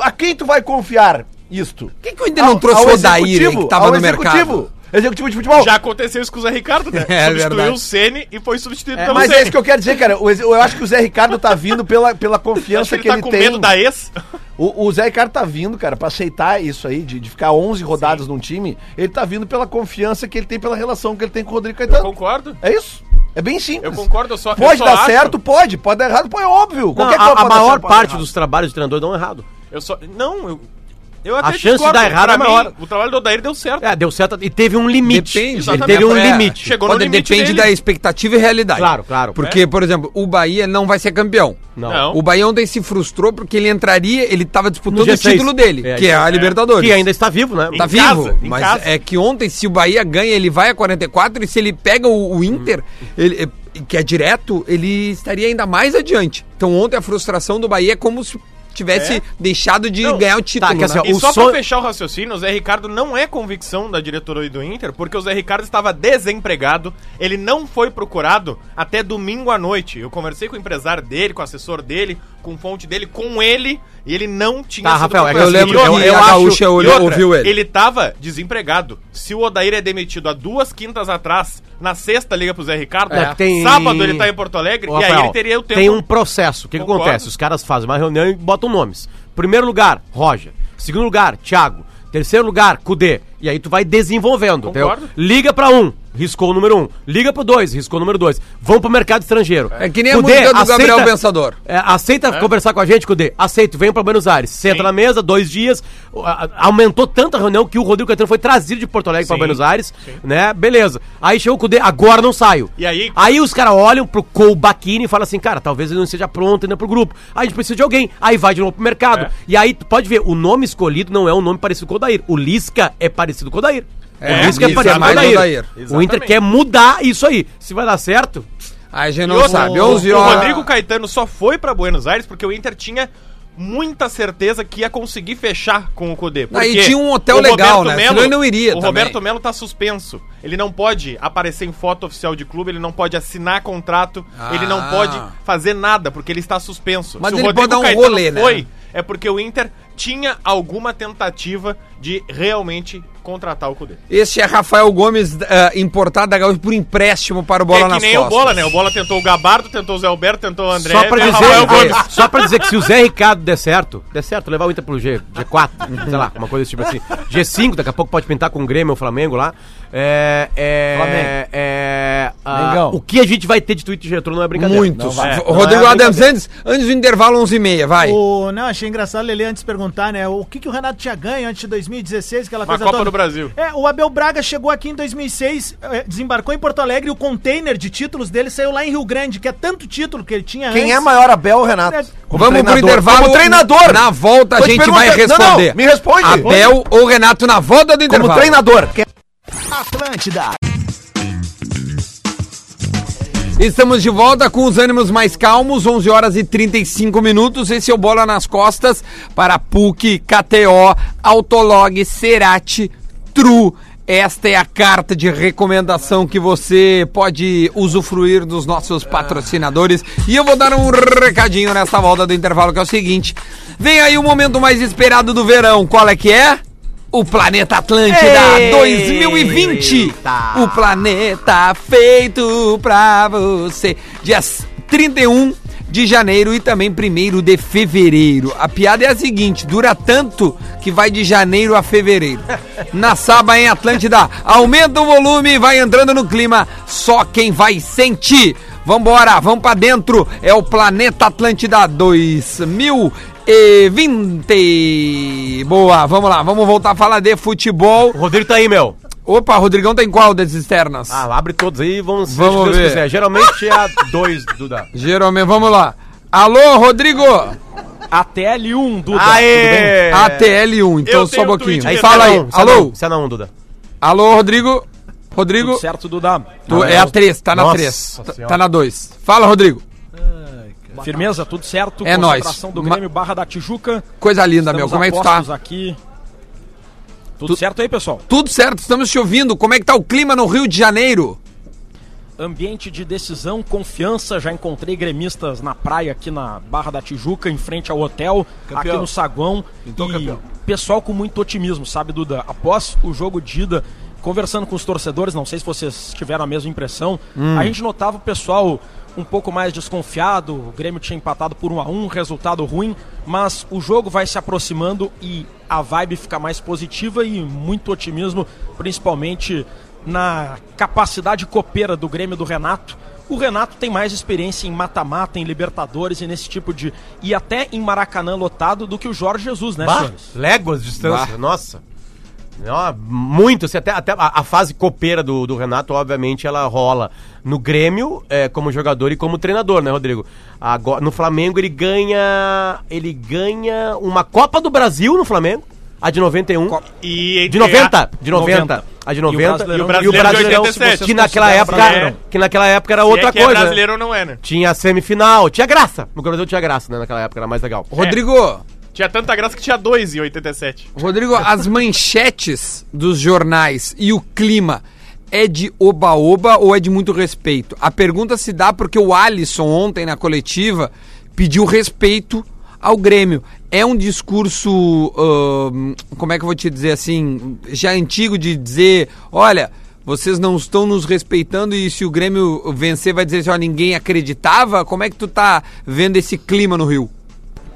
G: a quem tu vai confiar isto?
B: Por que, que o Inter não trouxe o Odair, hein, que tava no mercado?
G: Executivo de
D: Oh.
G: futebol.
E: Já aconteceu isso com o Zé Ricardo,
D: [LAUGHS]
E: né?
B: É
E: Substituiu
B: verdade.
E: o Sene e foi substituído
G: É,
E: pelo
G: mas
E: Sene.
G: é isso que eu quero dizer, cara. O Exe- Eu acho que o Zé Ricardo tá vindo
E: [LAUGHS]
G: pela, pela
E: Acho
G: confiança
E: que ele
G: que
E: tá
G: ele
E: com
G: tem.
E: medo da
G: [LAUGHS]
E: ex.
G: O, o Zé Ricardo tá vindo, cara, pra aceitar isso aí, de, de ficar 11 rodadas num time. Ele tá vindo pela confiança que ele tem, pela relação que ele tem com o Rodrigo
E: Eu
G: Caetano.
E: concordo.
G: É isso. É bem simples.
E: Eu concordo, eu só. eu
G: Pode
E: só
G: dar
E: acho-
G: certo? Pode. Pode dar errado? Pô, é óbvio.
D: Não,
G: Qualquer
D: a,
G: coisa
D: a
G: pode dar
D: maior
G: certo, pode dar
D: parte
G: errado.
D: dos trabalhos de treinador dão errado.
E: Eu só. Não, eu. Eu
D: A chance de
E: discordo.
D: dar errado
E: Pra
D: é maior.
E: mim, O trabalho do Odair deu certo.
D: É, deu certo e teve um limite.
B: Depende,
D: ele
E: exatamente.
D: teve um
B: É,
D: limite.
E: Chegou no
B: Pode-
E: limite
B: depende
E: dele.
B: da expectativa e realidade.
D: Claro, claro.
B: Porque, por exemplo, o Bahia não vai ser campeão.
E: É. Não.
B: O Bahia ontem se frustrou porque ele entraria, ele estava disputando o
D: G6.
B: título dele,
D: É,
B: que é a Libertadores.
D: Que ainda está vivo, né?
B: Tá
E: Em
B: vivo,
E: casa, em
B: mas
E: casa.
B: é que ontem, se o Bahia ganha, ele vai a 44 e se ele pega o, o Inter,
E: Hum.
B: ele- é- que é direto, ele estaria ainda mais adiante. Então ontem a frustração do Bahia é como se tivesse
E: É?
B: deixado de
E: Não, Tá,
B: ganhar o título.
D: que assim, ó,
B: né?
E: E
D: O
E: só
D: sonho-
E: pra fechar o raciocínio, o Zé Ricardo não é convicção da diretoria do Inter, porque o Zé Ricardo estava desempregado, ele não foi procurado até domingo à noite. Eu conversei com o empresário dele, com o assessor dele, com fonte dele, com ele, e ele não tinha
D: Tá, Rafael, é que
B: eu
D: assim,
B: lembro
D: eu-
B: que
D: eu
B: a
D: acho-
B: Gaúcha
E: E
B: olhou-
E: outra,
B: ouviu ele.
E: Ele tava desempregado. Se o Odair é demitido há duas quintas atrás, na sexta liga pro Zé Ricardo,
D: É, que tem-
E: sábado ele tá em Porto Alegre,
D: Ô,
E: e aí
D: Rafael,
E: ele teria o tempo.
D: Tem um processo. O que, que
E: Concordo.
D: acontece? Os caras fazem uma reunião e botam nomes. Primeiro lugar, Roger. Segundo lugar, Thiago. Terceiro lugar, Cudê. E aí tu vai desenvolvendo. entendeu?
E: Concordo.
D: Liga pra um, riscou o número um. Liga pro dois, riscou o número dois. Vão pro mercado estrangeiro.
B: É que nem a música do Gabriel Pensador.
D: É, aceita conversar com a gente, Cudê? Aceito, vem pra Buenos Aires. Senta na mesa, dois dias. O- a- a- Aumentou tanto a reunião que o Rodrigo Caetano foi trazido de Porto Alegre pra
E: Sim,
D: Buenos Aires, né? Beleza. Aí chegou o Cudê, agora não saio.
E: E aí?
D: Aí os caras olham pro Colbaquini e falam assim, cara, talvez ele não esteja pronto ainda pro grupo. Aí a gente precisa de alguém. Aí vai de novo pro mercado.
E: É.
D: E aí, tu pode ver, o nome escolhido não é um nome parecido com o Odair. O Lisca é parecido com o Odair.
B: É,
D: o Lisca é
B: Lisca
D: parecido
B: é
D: com o
B: mais
D: Odair.
B: Odair.
D: O Inter
E: Exatamente.
D: quer mudar isso aí. Se vai dar certo,
B: Aí a gente
E: E
B: não
E: outra,
B: sabe.
E: o-
B: 11
E: O
B: horas.
E: Rodrigo Caetano só foi pra Buenos Aires porque o Inter tinha muita certeza que ia conseguir fechar com o Cudê.
B: Ah, e
E: porque
B: tinha um hotel
E: o
B: legal,
E: Roberto
B: né?
E: Melo-
B: Senão ele não iria
E: O
B: também.
E: Roberto Melo tá suspenso. Ele não pode aparecer em foto oficial de clube, ele não pode assinar contrato,
B: Ah.
E: ele não pode fazer nada porque ele está suspenso.
B: Mas
E: o
B: ele pode dar um
E: Caetano
B: rolê, né?
E: foi, é porque o Inter tinha alguma tentativa de realmente contratar o Cudê.
B: Este é Rafael Gomes, eh, importado da Gaúcha por empréstimo para o Bola
E: é que
B: nas
E: nem
B: costas.
E: o Bola, né? O Bola tentou o Gabardo, tentou o Zé Alberto, tentou o André.
D: só pra,
E: e o
D: dizer,
B: é,
E: Rafael Gomes.
D: só pra dizer que se o Zé Ricardo der certo, der certo, levar o Inter pro G, G4, sei lá, uma coisa desse tipo assim. G5, daqui a pouco pode pintar com o Grêmio ou Flamengo lá. É, é,
G: Flamengo.
D: é, ah,
G: Mengão.
D: o que a gente vai ter de tweet de retorno não é brincadeira. Não
B: Muitos.
D: vai.
B: V- Rodrigo
G: é
B: Adams, antes, antes do intervalo 11h30, vai.
H: O, não, achei engraçado Lele antes perguntar, né? O que, que o Renato tinha ganho antes de 2016, aquela
E: Uma
H: coisa
E: Copa
H: toda.
E: do Brasil.
H: É, o Abel Braga chegou aqui em 2006, eh, desembarcou em Porto Alegre e o container de títulos dele saiu lá em Rio Grande, que é tanto título que ele tinha
G: Quem é
H: antes.
G: maior, Abel ou Renato?
H: É.
G: Como
B: Vamos pro
G: treinador.
B: intervalo.
G: Como treinador.
B: Na volta a
G: Tô te
B: gente vai
G: perguntando. Não,
B: responder.
G: não, me responde.
B: Abel ou Renato na volta do intervalo.
G: Como treinador.
B: Estamos de volta com os ânimos mais calmos, 11 horas e 35 minutos. Esse é o Bola nas Costas para PUC, KTO, Autolog, Cerati, Tru. Esta é a carta de recomendação que você pode usufruir dos nossos patrocinadores. E eu vou dar um recadinho nessa volta do intervalo, que é o seguinte. Vem aí o momento mais esperado do verão. Qual é que é? O Planeta Atlântida
D: Ei!
B: 2020.
D: Eita!
B: O planeta feito pra você. Dias 31 de janeiro e também 1 de fevereiro. A piada é a seguinte: dura tanto que vai de janeiro a
D: [LAUGHS]
B: fevereiro. Na Saba em Atlântida, aumenta o volume, vai entrando no clima, só quem vai sentir. Vambora, vamos pra dentro. É o Planeta Atlântida 2020. Boa, vamos lá, vamos voltar a falar de futebol.
D: O Rodrigo tá aí, meu.
B: Opa, Rodrigão tem qual das externas?
D: Ah, abre todos aí, vamos, se
B: Vamos
D: Deus
B: ver.
D: quiser. Geralmente é a 2, Duda.
B: Jerome, vamos lá. Alô, Rodrigo!
I: ATL1, Duda.
D: Aê!
B: ATL1, então
E: eu
B: só
E: tenho
B: um pouquinho.
E: tweet,
D: né?
B: Fala aí, alô,
D: Você é não, Duda.
B: alô, Rodrigo. Rodrigo,
I: Tudo certo, Duda?
B: tu é a 3, tá na
D: Nossa
B: 3.
D: Senhora.
B: Tá na 2. Fala, Rodrigo.
I: Firmeza, tudo certo?
B: É nóis.
I: Concentração do
B: Ma-
I: Grêmio Barra da Tijuca.
B: Coisa linda, meu.
I: Estamos
B: Como é que tu
I: apostos
B: tá?
I: aqui. Tudo certo aí, pessoal?
B: Tudo certo, estamos te ouvindo. Como é que tá o clima no Rio de Janeiro?
I: Ambiente de decisão, confiança. Já encontrei gremistas na praia aqui na Barra da Tijuca, em frente ao hotel, aqui no saguão. e pessoal com muito otimismo, sabe, Duda? Após o jogo de ida conversando com os torcedores, não sei se vocês tiveram a mesma impressão, a gente notava o pessoal um pouco mais desconfiado, o Grêmio tinha empatado por 1 a 1, resultado ruim, mas o jogo vai se aproximando e a vibe fica mais positiva e muito otimismo, principalmente na capacidade copeira do Grêmio do Renato. O Renato tem mais experiência em mata-mata, em Libertadores e nesse tipo de. e até em Maracanã lotado do que o Jorge Jesus, né,
D: Bah,
I: Soares?
D: léguas de distância,
B: Bah.
D: nossa. Ó, muito, assim, até, até a, a fase copeira do, do Renato, obviamente, ela rola no Grêmio, eh, como jogador e como treinador, né, Rodrigo? Agora, no Flamengo ele ganha. Ele ganha uma Copa do Brasil no Flamengo, a de 91.
E: E
D: De
E: entre a-
D: 90, de 90, a de 90
I: E o
E: Brasileirão de
D: se
E: 87,
D: vocês que naquela
I: consideram
D: época,
E: Brasileirão.
D: que naquela época era
E: se
D: outra
E: é que
D: coisa.
E: É
D: né?
E: brasileiro ou não é, né?
D: Tinha semifinal, tinha graça. No Brasil tinha graça, né, naquela época era mais [LAUGHS] legal.
B: Rodrigo,
E: Tinha tanta graça que tinha dois em 87.
B: Rodrigo, as manchetes dos jornais e o clima é de oba-oba ou é de muito respeito? A pergunta se dá porque o Alisson ontem na coletiva pediu respeito ao Grêmio. É um discurso, ahn, como é que eu vou te dizer assim, já antigo de dizer, olha, vocês não estão nos respeitando e se o Grêmio vencer vai dizer assim, ó, ninguém acreditava? Como é que tu tá vendo esse clima no Rio?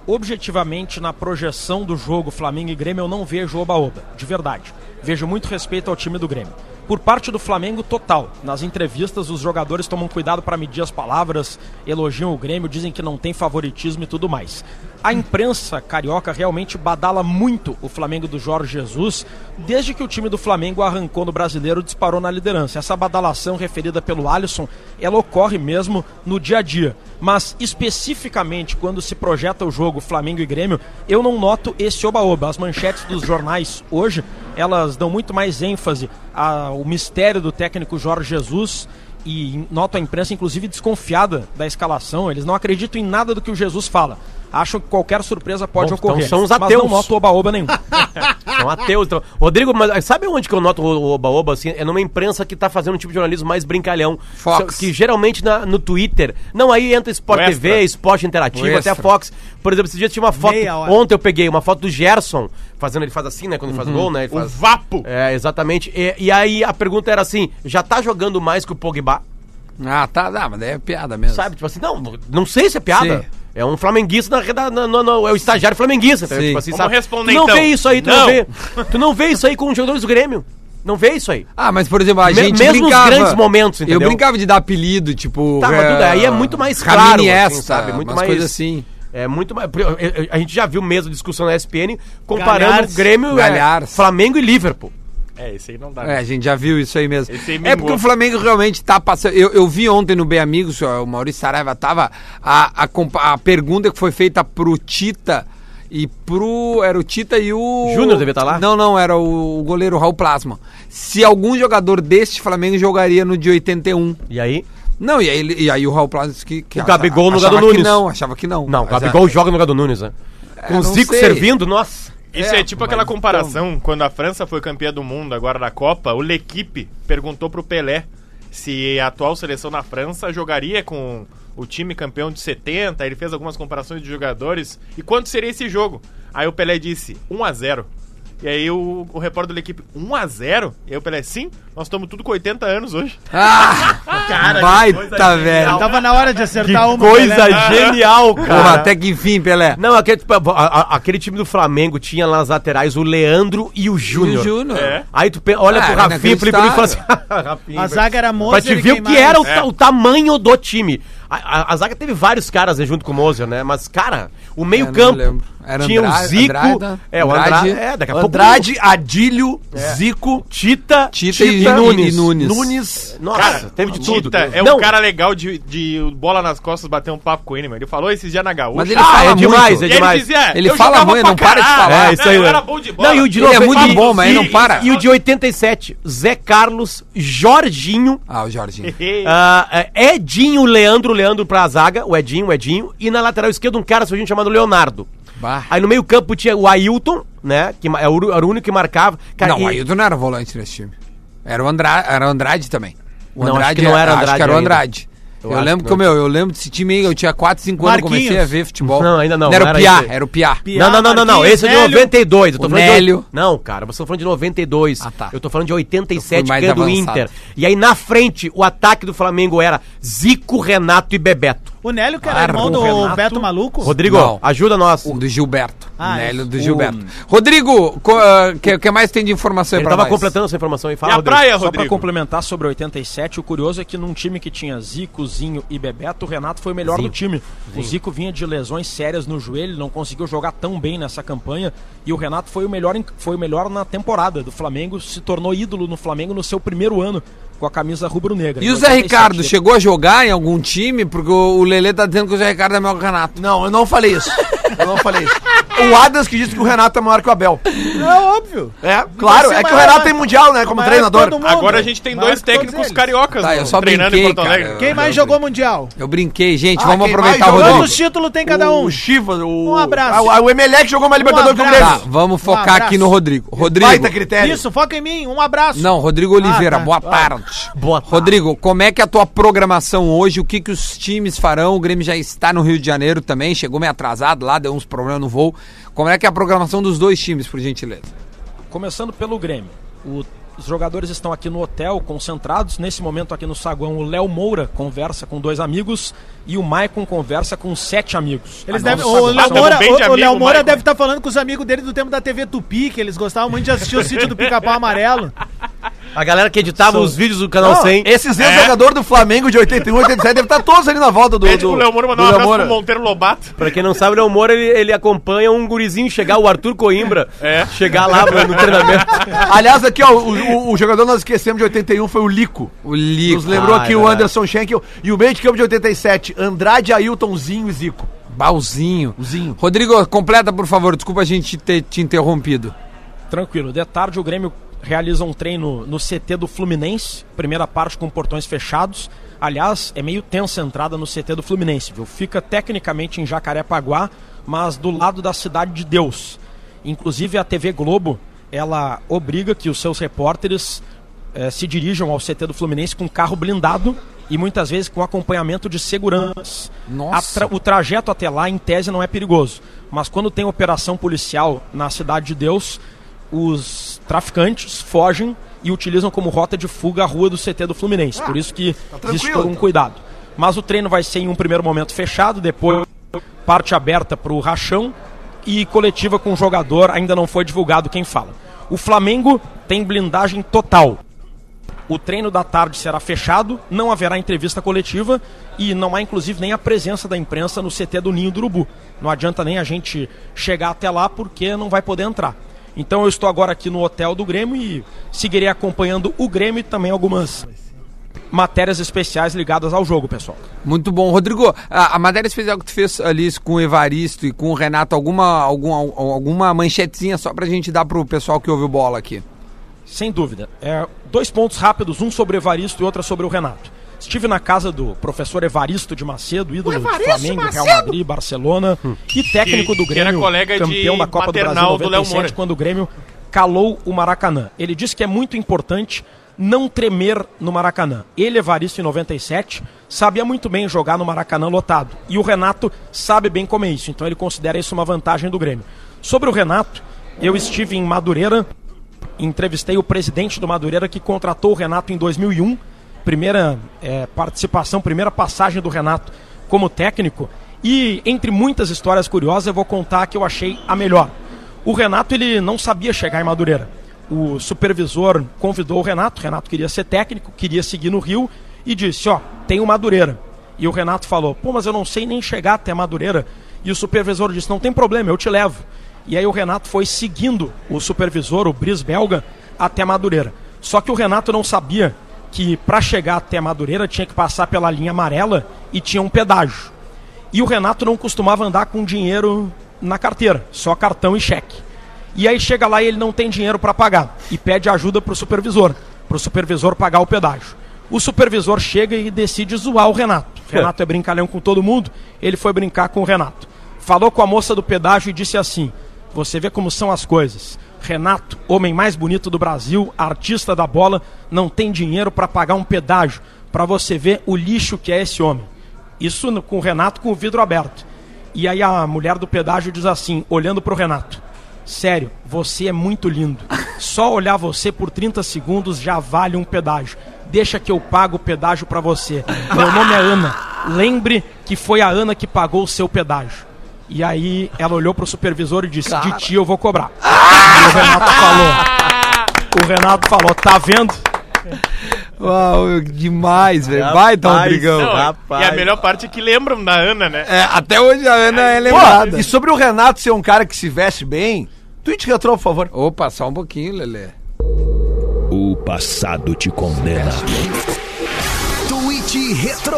I: objetivamente na projeção do jogo Flamengo e Grêmio, eu não vejo oba-oba, de verdade. Vejo muito respeito ao time do Grêmio. Por parte do Flamengo, total. Nas entrevistas, os jogadores tomam cuidado para medir as palavras, elogiam o Grêmio, dizem que não tem favoritismo e tudo mais. A imprensa carioca realmente badala muito o Flamengo do Jorge Jesus, desde que o time do Flamengo arrancou no brasileiro e disparou na liderança. Essa badalação referida pelo Alisson, ela ocorre mesmo no dia a dia. Mas especificamente quando se projeta o jogo Flamengo e Grêmio, eu não noto esse oba-oba. As manchetes dos jornais hoje, elas dão muito mais ênfase ao mistério do técnico Jorge Jesus e noto a imprensa inclusive desconfiada da escalação, eles não acreditam em nada do que o Jesus fala. Acham que qualquer surpresa pode
D: Bom, então
I: ocorrer.
D: são os
I: Mas não
D: ateus.
I: noto oba-oba nenhum.
D: São ateus. Então. Rodrigo, mas sabe onde que eu noto o oba-oba? Assim, é numa imprensa que tá fazendo um tipo de jornalismo mais brincalhão.
B: Fox.
D: Que geralmente na- no Twitter. Não, aí entra Sport
E: O
D: TV,
E: Extra.
D: Esporte Interativo,
B: O
D: até a
B: Extra.
D: Fox. Por exemplo, esse dia tinha uma foto.
H: Meia hora.
D: Ontem eu peguei uma foto do Gerson, fazendo, ele faz assim, né? Quando ele faz gol, né? Ele
E: O
D: faz,
E: Vapo.
D: é, exatamente. E, e aí a pergunta era assim: já tá jogando mais que o Pogba?
B: Ah, tá, dá, mas daí é piada mesmo.
D: Sabe? Tipo assim, não, não sei se é piada.
B: Sim.
D: É um flamenguista na, reda- na, na- na- é o estagiário flamenguista, entendeu?
B: Sim.
D: tipo assim,
E: Vamos
D: sabe?
E: responder,
D: tu não
E: então.
D: vê isso aí, tu não.
E: Não.
D: vê. Tu não vê isso aí com os jogadores do Grêmio. Não vê isso aí.
B: Ah, mas por exemplo, a
D: Me-
B: gente
D: mesmo nos
B: brincava.
D: grandes momentos, entendeu?
B: Eu brincava de dar apelido, tipo.
D: Tá, mas
B: eh,
D: tudo aí é muito mais
B: Ramini
D: claro, assim,
B: esta,
D: sabe? Muito
B: Muito mais
D: mais-
B: coisa assim.
D: É muito mais. porque eu- eu- A gente já viu mesmo discussão na ESPN comparando
H: Galhardes.
D: Grêmio, é,
B: Galhardes.
D: Flamengo e Liverpool.
E: É, esse aí não dá.
B: É, a
E: né?
B: gente já viu isso aí mesmo.
E: Esse aí
B: É
E: mingou.
B: porque o Flamengo realmente tá passando. Eu, eu vi ontem no Bem Amigos, ó, o Maurício Saraiva tava. A, a, compa- a pergunta que foi feita pro Tita e pro. Era o Tita e o.
D: Júnior devia tá lá?
B: Não, não, era o, o goleiro Raul Plasma. Se algum jogador deste Flamengo jogaria no de 81.
D: E aí?
B: Não, e aí, ele- e aí o Raul Plasma disse que. que
D: O Gabigol no
B: achava
D: lugar do
B: que
D: Nunes.
B: Não, achava que não.
D: Não, o
B: Mas, ah,
D: Gabigol joga no lugar do Nunes, né? Com
B: não
D: o Zico
B: sei.
D: servindo, nossa.
E: Isso é, tipo aquela
B: mas
E: comparação, quando a França foi campeã do mundo agora da Copa, o L'Equipe perguntou pro Pelé se a atual seleção na França jogaria com o time campeão de 70, ele fez algumas comparações de jogadores, e quanto seria esse jogo? Aí o Pelé disse, 1 a 0 E aí o, o repórter da equipe, 1 a 0 E aí o Pelé, sim, nós estamos tudo com 80 anos hoje.
B: Ah,
E: Cara, que
B: baita,
E: coisa
B: velho.
E: genial.
H: Tava na hora de
B: Tá
H: acertar uma.
D: Coisa
H: Pelé.
D: genial, cara.
B: Porra, até que enfim, Pelé.
D: Não, aquele, tipo, a- a- aquele time do Flamengo tinha lá nas laterais o Leandro e o Júnior.
B: Júnior.
E: É.
D: Aí tu pe- olha
B: Ah,
D: pro
B: era
D: Rafinha e pro Felipe Luiz e fala assim: [LAUGHS]
H: A zaga era
D: pra
H: Mozer
D: te
H: e
D: ver o
H: quem
D: que
H: mais?
D: era o,
E: É.
D: o tamanho do time. A, a- a zaga teve vários caras né, junto com o Mozer, né? Mas, cara, o
B: É, não
D: meio-campo.
B: lembro. Era
D: tinha o
B: Andrade-
D: Zico.
B: Andrada-
D: é, o Andrade.
B: Andrade-
D: É, daqui a pouco. É.
G: Andrade, Adílio, Zico,
D: Tita,
B: Tita e- e- e Nunes.
G: Nunes.
D: Nossa,
E: Cara,
D: teve de tudo.
E: Tita é
D: Não,
E: um cara legal de, de bola nas costas bater um papo com ele, mano. Ele falou esses dias na Gaúcha.
B: Mas ele
D: Ah,
B: fala
D: é demais,
B: muito.
D: é
E: E
D: demais.
E: ele dizia,
B: Ele
E: "Eu
B: fala
E: jogava
B: muito, né?
E: pra
B: não para de
E: caralho."
B: falar.
D: É, isso aí.
E: eu
D: né?
E: era bom de bola.
D: Não, e o de
B: Ele é
D: 90
B: muito
D: e-
B: bom, mas
D: e-
B: ele não para.
D: E o de 87, Zé Carlos, Jorginho,
B: Ah, o Jorginho.
D: ah, é, Edinho, Leandro, Leandro pra zaga, o Edinho, o Edinho, e na lateral esquerda um cara surgindo chamado Leonardo.
B: Bah.
D: Aí no meio campo tinha o Ailton, né, que ma- é o uru- era o único que marcava. Cara,
B: não,
D: e-
B: o Ailton não era volante nesse time. Era o Andrade, era o Andrade também. O
D: Não, acho que
B: era-
D: não era
B: Acho que
D: Andrade
B: era o
D: ainda.
B: Andrade. Eu, lembro que, meu, eu lembro desse time aí, eu tinha 4, 5 anos,
H: Marquinhos.
B: comecei a ver futebol.
D: Não, ainda não,
B: Era
D: não
B: o
D: era
B: Piá,
D: esse aí.
B: era o Piá.
D: Não, não, não, não, não. Esse é de
H: Marquinhos, Nélio.
D: 92. Eu tô
B: O
D: falando de-
B: Nélio.
D: Não, cara, vocês estão falando de 92.
B: Ah, tá.
D: Eu tô falando de
B: Eu
D: 87,
B: fui mais
D: ganha do
B: avançado.
D: Inter. E aí na frente, o ataque do Flamengo era Zico, Renato e Bebeto.
H: O Nélio, que era
D: Claro,
H: irmão do
D: o Renato-
H: Beto Maluco?
D: Rodrigo,
B: Não.
D: ajuda nós.
B: O do Gilberto.
H: Ah,
B: Nélio
H: isso.
B: do Gilberto. Rodrigo, o que, que mais tem de informação aí
D: Hum. Ele
B: pra
D: tava
B: nós?
D: completando essa informação aí. Fala,
E: E a
D: É, Rodrigo.
E: praia,
I: Só pra
E: Rodrigo?
I: complementar sobre 87, o curioso é que num time que tinha Zico, Zinho e Bebeto, o Renato foi o melhor do time. O Zico vinha de lesões sérias no joelho, não conseguiu jogar tão bem nessa campanha e o Renato foi o melhor, em- foi o melhor na temporada do Flamengo, se tornou ídolo no Flamengo no seu primeiro ano com a camisa rubro-negra.
B: E
I: Em
B: o Zé
I: 87,
B: Ricardo,
I: depois-
B: chegou a jogar em algum time? Porque o o Lelê tá dizendo que o Zé Ricardo é melhor que o Renato.
G: Não, eu não falei isso. Eu não falei isso. O Adams que disse que o Renato é maior que o Abel.
H: É óbvio.
G: É, claro.
H: Você
G: É que o
H: maior-
G: Renato tem mundial, né? Como
H: maior
G: treinador.
H: que todo mundo.
E: Agora a gente tem
H: Maior
E: dois
H: que todos
E: técnicos
H: eles.
E: cariotas
B: Tá, eu
E: no-
B: só
E: treinando em
B: brinquei,
E: Porto Alegre.
B: cara.
H: Quem mais
B: Eu
H: jogou Mundial?
B: Eu brinquei, gente.
G: Ah,
B: vamos
G: quem
B: aproveitar
G: mais
B: o
G: jogou?
B: Rodrigo.
H: Quantos títulos tem cada um?
G: O Chivas, o.
H: Um abraço. Um
G: Ah, o Emelec jogou mais Libertadores que o
H: abraço.
B: Tá,
G: Grêmio.
B: vamos
H: Um
B: focar
H: abraço.
B: aqui no Rodrigo.
G: Baita
B: Rodrigo.
G: critério.
H: Isso, foca em mim. Um abraço.
B: Não, Rodrigo Oliveira,
H: Ah, tá.
B: boa tarde.
D: Boa tarde.
B: Rodrigo, como é que é a tua programação hoje? O que, que os times farão? O Grêmio já está no Rio de Janeiro também, chegou meio atrasado lá, deu uns problemas no voo. Como é que é a programação dos dois times, por gentileza?
I: Começando pelo Grêmio. O- os jogadores estão aqui no hotel, concentrados. Nesse momento, aqui no saguão, o Léo Moura conversa com dois amigos e o Maicon conversa com sete amigos.
H: Eles
E: Ah,
I: Aqui no
H: devem,
I: saguão.
H: o Léo
E: Tamo
H: Moura,
E: um bem de
H: o- o Léo
E: amigo,
H: Moura
E: Michael.
H: deve estar falando com os amigos dele do tempo da TV Tupi, que eles gostavam muito de assistir o sítio do Pica-Pau
G: [LAUGHS]
H: Amarelo.
D: A galera que editava os vídeos do Canal
G: Não,
D: 100.
G: Esses
E: É.
G: ex-jogador do Flamengo de 81, 87 devem estar tá todos ali na volta do.
E: Pede
G: do-
E: pro Léo Moura mandar um
G: do Léo
B: é
E: abraço
G: Moura.
E: pro Monteiro Lobato.
D: Pra quem não sabe, o Léo Moura, ele, ele acompanha um gurizinho chegar, o Arthur Coimbra,
E: [LAUGHS] É.
D: chegar lá no, no [LAUGHS] treinamento.
G: Aliás, aqui, ó, o, o- o jogador nós esquecemos de 81 foi o Lico.
B: O Lico.
G: Nos lembrou
D: Ah, é
G: aqui o
D: verdade.
G: Anderson Schenkel e o meio de campo de 87, Andrade, Ailtonzinho e Zico.
B: Balzinho.
G: Zinho.
B: Rodrigo, completa, por favor. Desculpa a gente ter te interrompido.
I: Tranquilo. De tarde, o Grêmio realiza um treino no CT do Fluminense. Primeira parte com portões fechados. Aliás, é meio tensa a entrada no CT do Fluminense, viu? Fica tecnicamente em Jacarepaguá, mas do lado da Cidade de Deus. Inclusive, a TV Globo, ela obriga que os seus repórteres eh, se dirijam ao CT do Fluminense com carro blindado e muitas vezes com acompanhamento de seguranças.
B: Nossa.
I: A tra- o trajeto até lá, em tese, não é perigoso. Mas quando tem operação policial na Cidade de Deus, os traficantes fogem e utilizam como rota de fuga a rua do CT do Fluminense. Por isso que existe todo um cuidado. Mas o treino vai ser, em um primeiro momento, fechado, depois parte aberta para o rachão e coletiva com o jogador, ainda não foi divulgado quem fala. O Flamengo tem blindagem total. O treino da tarde será fechado, não haverá entrevista coletiva e não há inclusive nem a presença da imprensa no CT do Ninho do Urubu. Não adianta nem a gente chegar até lá porque não vai poder entrar. Então eu estou agora aqui no hotel do Grêmio e seguirei acompanhando o Grêmio e também algumas matérias especiais ligadas ao jogo, pessoal.
B: Muito bom. Rodrigo, a, a matéria especial que tu fez ali com o Evaristo e com o Renato, alguma, alguma, alguma manchetezinha só pra gente dar pro pessoal que ouve o bola aqui.
I: Sem dúvida. É, dois pontos rápidos, um sobre o Evaristo e outro sobre o Renato. Estive na casa do professor Evaristo de Macedo, ídolo do Flamengo, Real Madrid, Barcelona e técnico
E: Hum. Que-
I: do
E: que era
I: Grêmio,
E: colega de
I: campeão da Copa do Brasil
E: maternal do Léo
I: 97,
E: Moura.
I: quando o Grêmio calou o Maracanã. Ele disse que é muito importante não tremer no Maracanã. Ele, Evaristo, em 97, sabia muito bem jogar no Maracanã lotado. E o Renato sabe bem como é isso, então ele considera isso uma vantagem do Grêmio. Sobre o Renato, eu estive em Madureira entrevistei o presidente do Madureira que contratou o Renato em 2001, primeira eh, participação, primeira passagem do Renato como técnico. E entre muitas histórias curiosas, eu vou contar a que eu achei a melhor. O Renato ele não sabia chegar em Madureira. O supervisor convidou o Renato, o Renato queria ser técnico, queria seguir no Rio e disse: "Ó, tem o Madureira". E o Renato falou: pô, mas eu não sei nem chegar até Madureira. E o supervisor disse: não tem problema, eu te levo. E aí o Renato foi seguindo o supervisor, o Bris Belga, até Madureira. Só que o Renato não sabia que para chegar até Madureira tinha que passar pela linha amarela e tinha um pedágio. E o Renato não costumava andar com dinheiro na carteira, só cartão e cheque. E aí chega lá e ele não tem dinheiro para pagar e pede ajuda pro supervisor, pro supervisor pagar o pedágio. O supervisor chega e decide zoar o Renato. O Renato é brincalhão com todo mundo, ele foi brincar com o Renato. Falou com a moça do pedágio e disse assim: "Você vê como são as coisas. Renato, homem mais bonito do Brasil, artista da bola, não tem dinheiro para pagar um pedágio, para você ver o lixo que é esse homem. Isso no- com o Renato com o vidro aberto. E aí a mulher do pedágio diz assim, olhando pro Renato: Sério, você é muito lindo. Só olhar você por 30 segundos já vale um pedágio. Deixa que eu pago o pedágio para você. Meu nome é Ana. Lembre que foi a Ana que pagou o seu pedágio. E aí ela olhou pro supervisor e disse: De ti eu vou cobrar. E o Renato falou. O Renato falou, tá vendo?
B: Uau, Ah, demais, velho. Vai dar um brigão.
E: Não,
D: Rapaz.
E: E a melhor parte é que lembram da Ana, né?
B: É, até hoje a Ana é
G: Pô,
B: lembrada.
G: e sobre o Renato ser um cara que se veste bem, tweet retrô, por favor.
B: Opa, só um pouquinho, Lelê.
A: O passado te condena. Tweet Retro.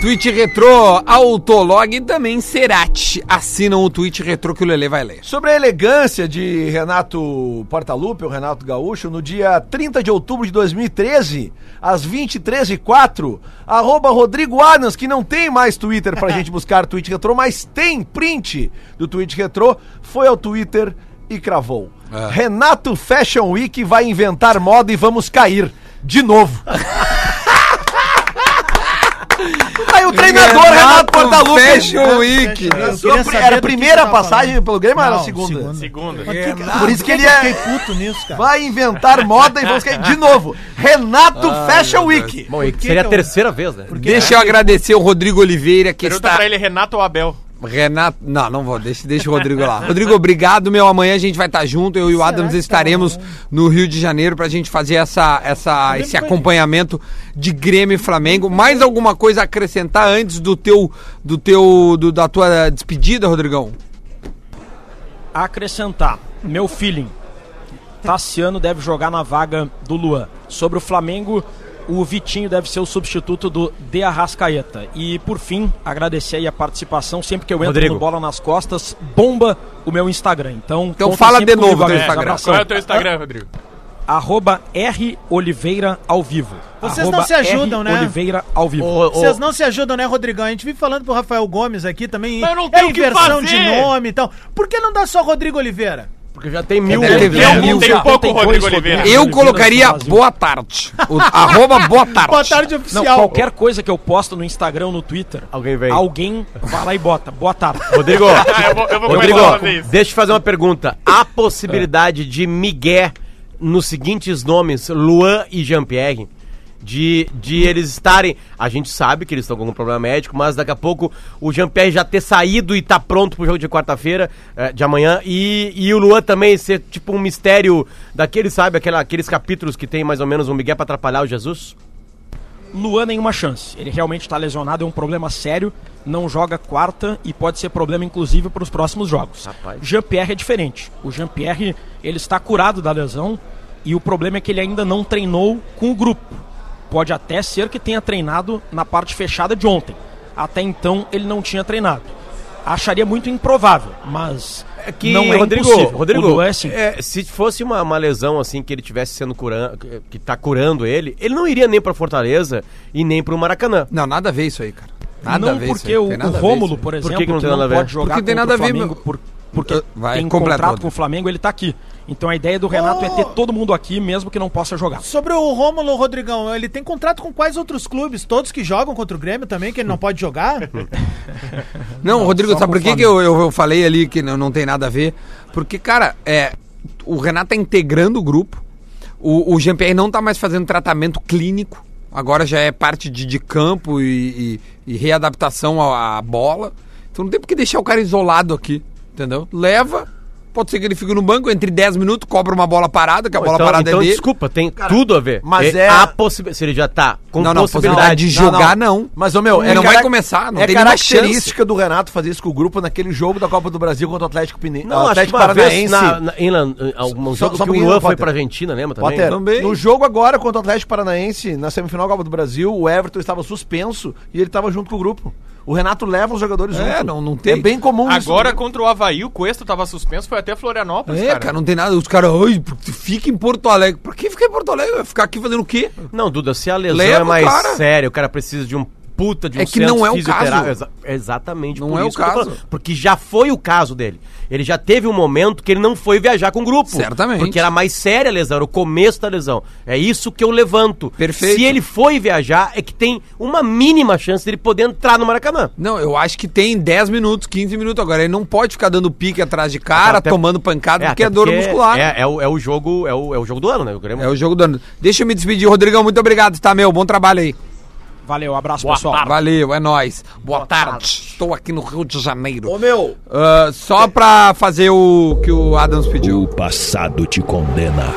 B: Tweet Retrô, Autolog e também Serati assinam o tweet retrô que o Lelê vai ler.
G: Sobre a elegância de Renato Portaluppi, o Renato Gaúcho, no dia 30 de outubro de 2013, às 23h04, arroba Rodrigo Adams, que não tem mais
B: [LAUGHS]
G: Twitter pra gente buscar tweet retrô, mas tem print do tweet retrô, foi ao Twitter e cravou.
B: É.
G: Renato Fashion Week vai inventar moda e vamos cair.
B: [LAUGHS]
G: De novo. Aí o treinador Renato, Portaluppi.
B: Fashion Week.
H: Eu
G: Sua
H: queria
G: pri-
H: saber
G: era
H: do
G: a
H: que
G: primeira
H: tu tava
G: passagem
H: falando.
G: pelo Grêmio ou era a
H: Não,
G: segunda? É,
E: Segunda.
H: Mas que-
G: Por isso que ele
H: Eu
G: é.
H: fiquei puto nisso, cara.
G: Vai inventar moda e vamos cair de novo. Renato Fashion Week.
D: Bom, e
H: que
D: seria
H: que
D: a
H: eu-
D: terceira vez, né?
B: Deixa eu agradecer o Rodrigo Oliveira, que
E: Pergunta
B: está...
E: pra ele, Renato ou Abel?
B: Renato. Não, não vou. Deixa, deixa o Rodrigo lá. Rodrigo, obrigado, meu. Amanhã a gente vai estar junto. Eu e o Adams
H: que tá
B: estaremos no Rio de Janeiro pra gente fazer essa, essa, esse acompanhamento de Grêmio e Flamengo. Mais alguma coisa a acrescentar antes do teu. Do teu do- da tua despedida, Rodrigão?
I: acrescentar. Meu feeling. Tassiano deve jogar na vaga do Luan. Sobre o Flamengo, o Vitinho deve ser o substituto do De Arrascaeta. E por fim, agradecer aí a participação. Sempre que eu entro
D: Rodrigo.
I: no bola nas costas, bomba o meu Instagram. Então,
B: Então
I: contem
B: fala
I: sempre
B: de novo
I: comigo,
B: teu
I: amigos.
B: Instagram.
I: Abração.
E: Qual é o teu Instagram, Rodrigo?
I: Arroba R Oliveira ao vivo.
H: Vocês
I: Arroba
H: não se ajudam,
I: R
H: né?
I: Oliveira ao vivo.
H: Vocês não se ajudam, né, Rodrigão? A gente vive falando pro Rafael Gomes aqui também.
E: Mas eu não
H: é
E: tenho o que
H: inversão
E: fazer.
H: de nome e tal. Por que não dá só Rodrigo Oliveira?
D: Porque já tem mil.
B: Deve ter
D: já-
B: mil.
E: tem
I: já-
E: pouco
I: tem dois
E: Rodrigo Oliveira.
I: Rodrigo
B: Eu
I: Oliveira
B: colocaria
I: no Brasil.
B: boa tarde. O- arroba boa tarde.
H: Boa tarde
I: Não,
H: oficial.
I: qualquer coisa que eu posto no Instagram, no Twitter,
D: Alguém vem.
I: alguém vai lá e bota. Boa tarde.
D: Rodrigo,
E: Ah, eu vou, eu vou
D: Rodrigo,
E: começar a fazer isso.
D: deixa eu fazer uma pergunta. Há possibilidade de Miguel nos seguintes nomes, Luan e Jean-Pierre, de, de eles estarem. A gente sabe que eles estão com algum problema médico, mas daqui a pouco o Jean-Pierre já ter saído e tá pronto pro jogo de quarta-feira, eh, de amanhã, e, e o Luan também ser tipo um mistério daquele, sabe, aquela, aqueles capítulos que tem mais ou menos um Miguel pra atrapalhar o Jesus?
I: Luan nenhuma chance. Ele realmente está lesionado, é um problema sério. Não joga quarta e pode ser problema inclusive para os próximos jogos. Jean-Pierre é diferente. O Jean-Pierre ele está curado da lesão e o problema é que ele ainda não treinou com o grupo. Pode até ser que tenha treinado na parte fechada de ontem. Até então ele não tinha treinado. Acharia muito improvável, mas
D: que
I: não é
D: Rodrigo,
I: impossível.
D: Rodrigo,
I: o Luan é sim.
D: é, se fosse uma, uma lesão assim que ele tivesse sendo curando, que tá curando ele, ele não iria nem pra Fortaleza e nem pro Maracanã.
B: Não, nada a ver isso aí, cara. Nada a
I: não
B: ver
I: porque
B: isso aí.
I: o,
B: Tem
I: o
B: nada a ver
I: Rômulo,
B: isso aí.
I: por exemplo,
D: que
I: que
D: não
I: não,
D: tem nada a ver?
I: pode jogar
B: Porque tem
I: contra
B: nada a
I: o
B: ver,
I: Flamengo
B: meu.
I: por- porque
B: Uh, vai, completa,
I: tem
B: Oh!
I: contrato
B: Rodrigo.
I: com o Flamengo, ele tá aqui. Então a ideia do Renato é ter todo mundo aqui, mesmo que não possa jogar.
H: Sobre o Rômulo Rodrigão, ele tem contrato com quais outros clubes? Todos que jogam contra o Grêmio também, que ele não pode jogar?
B: Não, Rodrigo,
I: só
B: sabe
I: com
B: por que, que eu, eu, eu falei ali que não, não tem nada a ver? Porque, cara, é, o Renato tá integrando o grupo. O, o Jean-Pierre não tá mais fazendo tratamento clínico. Agora já é parte de, de campo e, e- e readaptação à, à bola. Então não tem por que deixar o cara isolado aqui, entendeu? Leva, pode ser que ele fique no banco entre 10 minutos, cobra uma bola parada, que a bola
D: então,
B: parada
D: então
B: é dele.
D: desculpa, tem tudo a ver.
G: mas
D: E-
G: é-
D: a possibilidade, se ele já tá com
B: Não, não, possibilidade
D: possibilidade
B: de jogar, não.
G: Mas, ô meu,
B: Ele não
G: cara-
B: vai começar, não
G: é
B: tem nenhuma
G: característica do Renato fazer isso com o grupo naquele jogo da Copa do Brasil contra o Atlético Pine...
D: Não, acho que
G: Atlético
D: uma vez na, na, em, Lan- em algum
G: Só-
D: jogo
G: só
D: que o
G: porque-
D: Luan foi
G: Potter.
D: pra Argentina, lembra também?
G: Potter,
B: Também.
G: no jogo agora contra o Atlético Paranaense, na semifinal da Copa do Brasil, o Everton estava suspenso e ele estava junto com o grupo. O Renato leva os jogadores
B: É,
G: junto.
B: não- não tem.
G: É bem comum
E: Agora contra o Havaí, o Cuesta tava suspenso, foi até Florianópolis,
B: É, cara, não tem nada. Os caras, "Ai, por que fica em Porto Alegre. Pra que ficar em Porto Alegre? Vai Ficar aqui fazendo o quê?
D: Não, Duda, se a lesão
B: Leva
D: é
B: o
D: mais
B: cara.
D: séria, o cara precisa de um puta de um
B: É que não é o
D: fisiotera-
B: caso.
D: Exa- exatamente.
B: Não é o
D: isso que eu tô
B: caso.
D: falando. Porque já foi o caso dele. Ele já teve um momento que ele não foi viajar com o grupo.
B: Certamente.
D: Porque era mais séria a lesão, era o começo da lesão. É isso que eu levanto.
B: Perfeito.
D: Se ele foi viajar, é que tem uma mínima chance dele poder entrar no Maracanã.
B: Não, eu acho que tem 10 minutos, 15 minutos agora. Ele não pode ficar dando pique atrás de cara,
D: Até-
B: tomando pancada, porque é
D: até
B: dor
D: porque
B: muscular.
D: É, é o, é o jogo, é o, é o jogo do ano, né? O Grêmio.
B: É o jogo do ano. Deixa eu me despedir, Rodrigão. Muito obrigado, tá, meu? Bom trabalho aí.
I: [LAUGHS] Valeu, abraço, pessoal.
B: Valeu, é nóis. Boa, tarde. Estou aqui no Rio de Janeiro.
G: Ô meu, É.
B: Ah, só pra fazer o que o Adams pediu.
A: O passado te condena.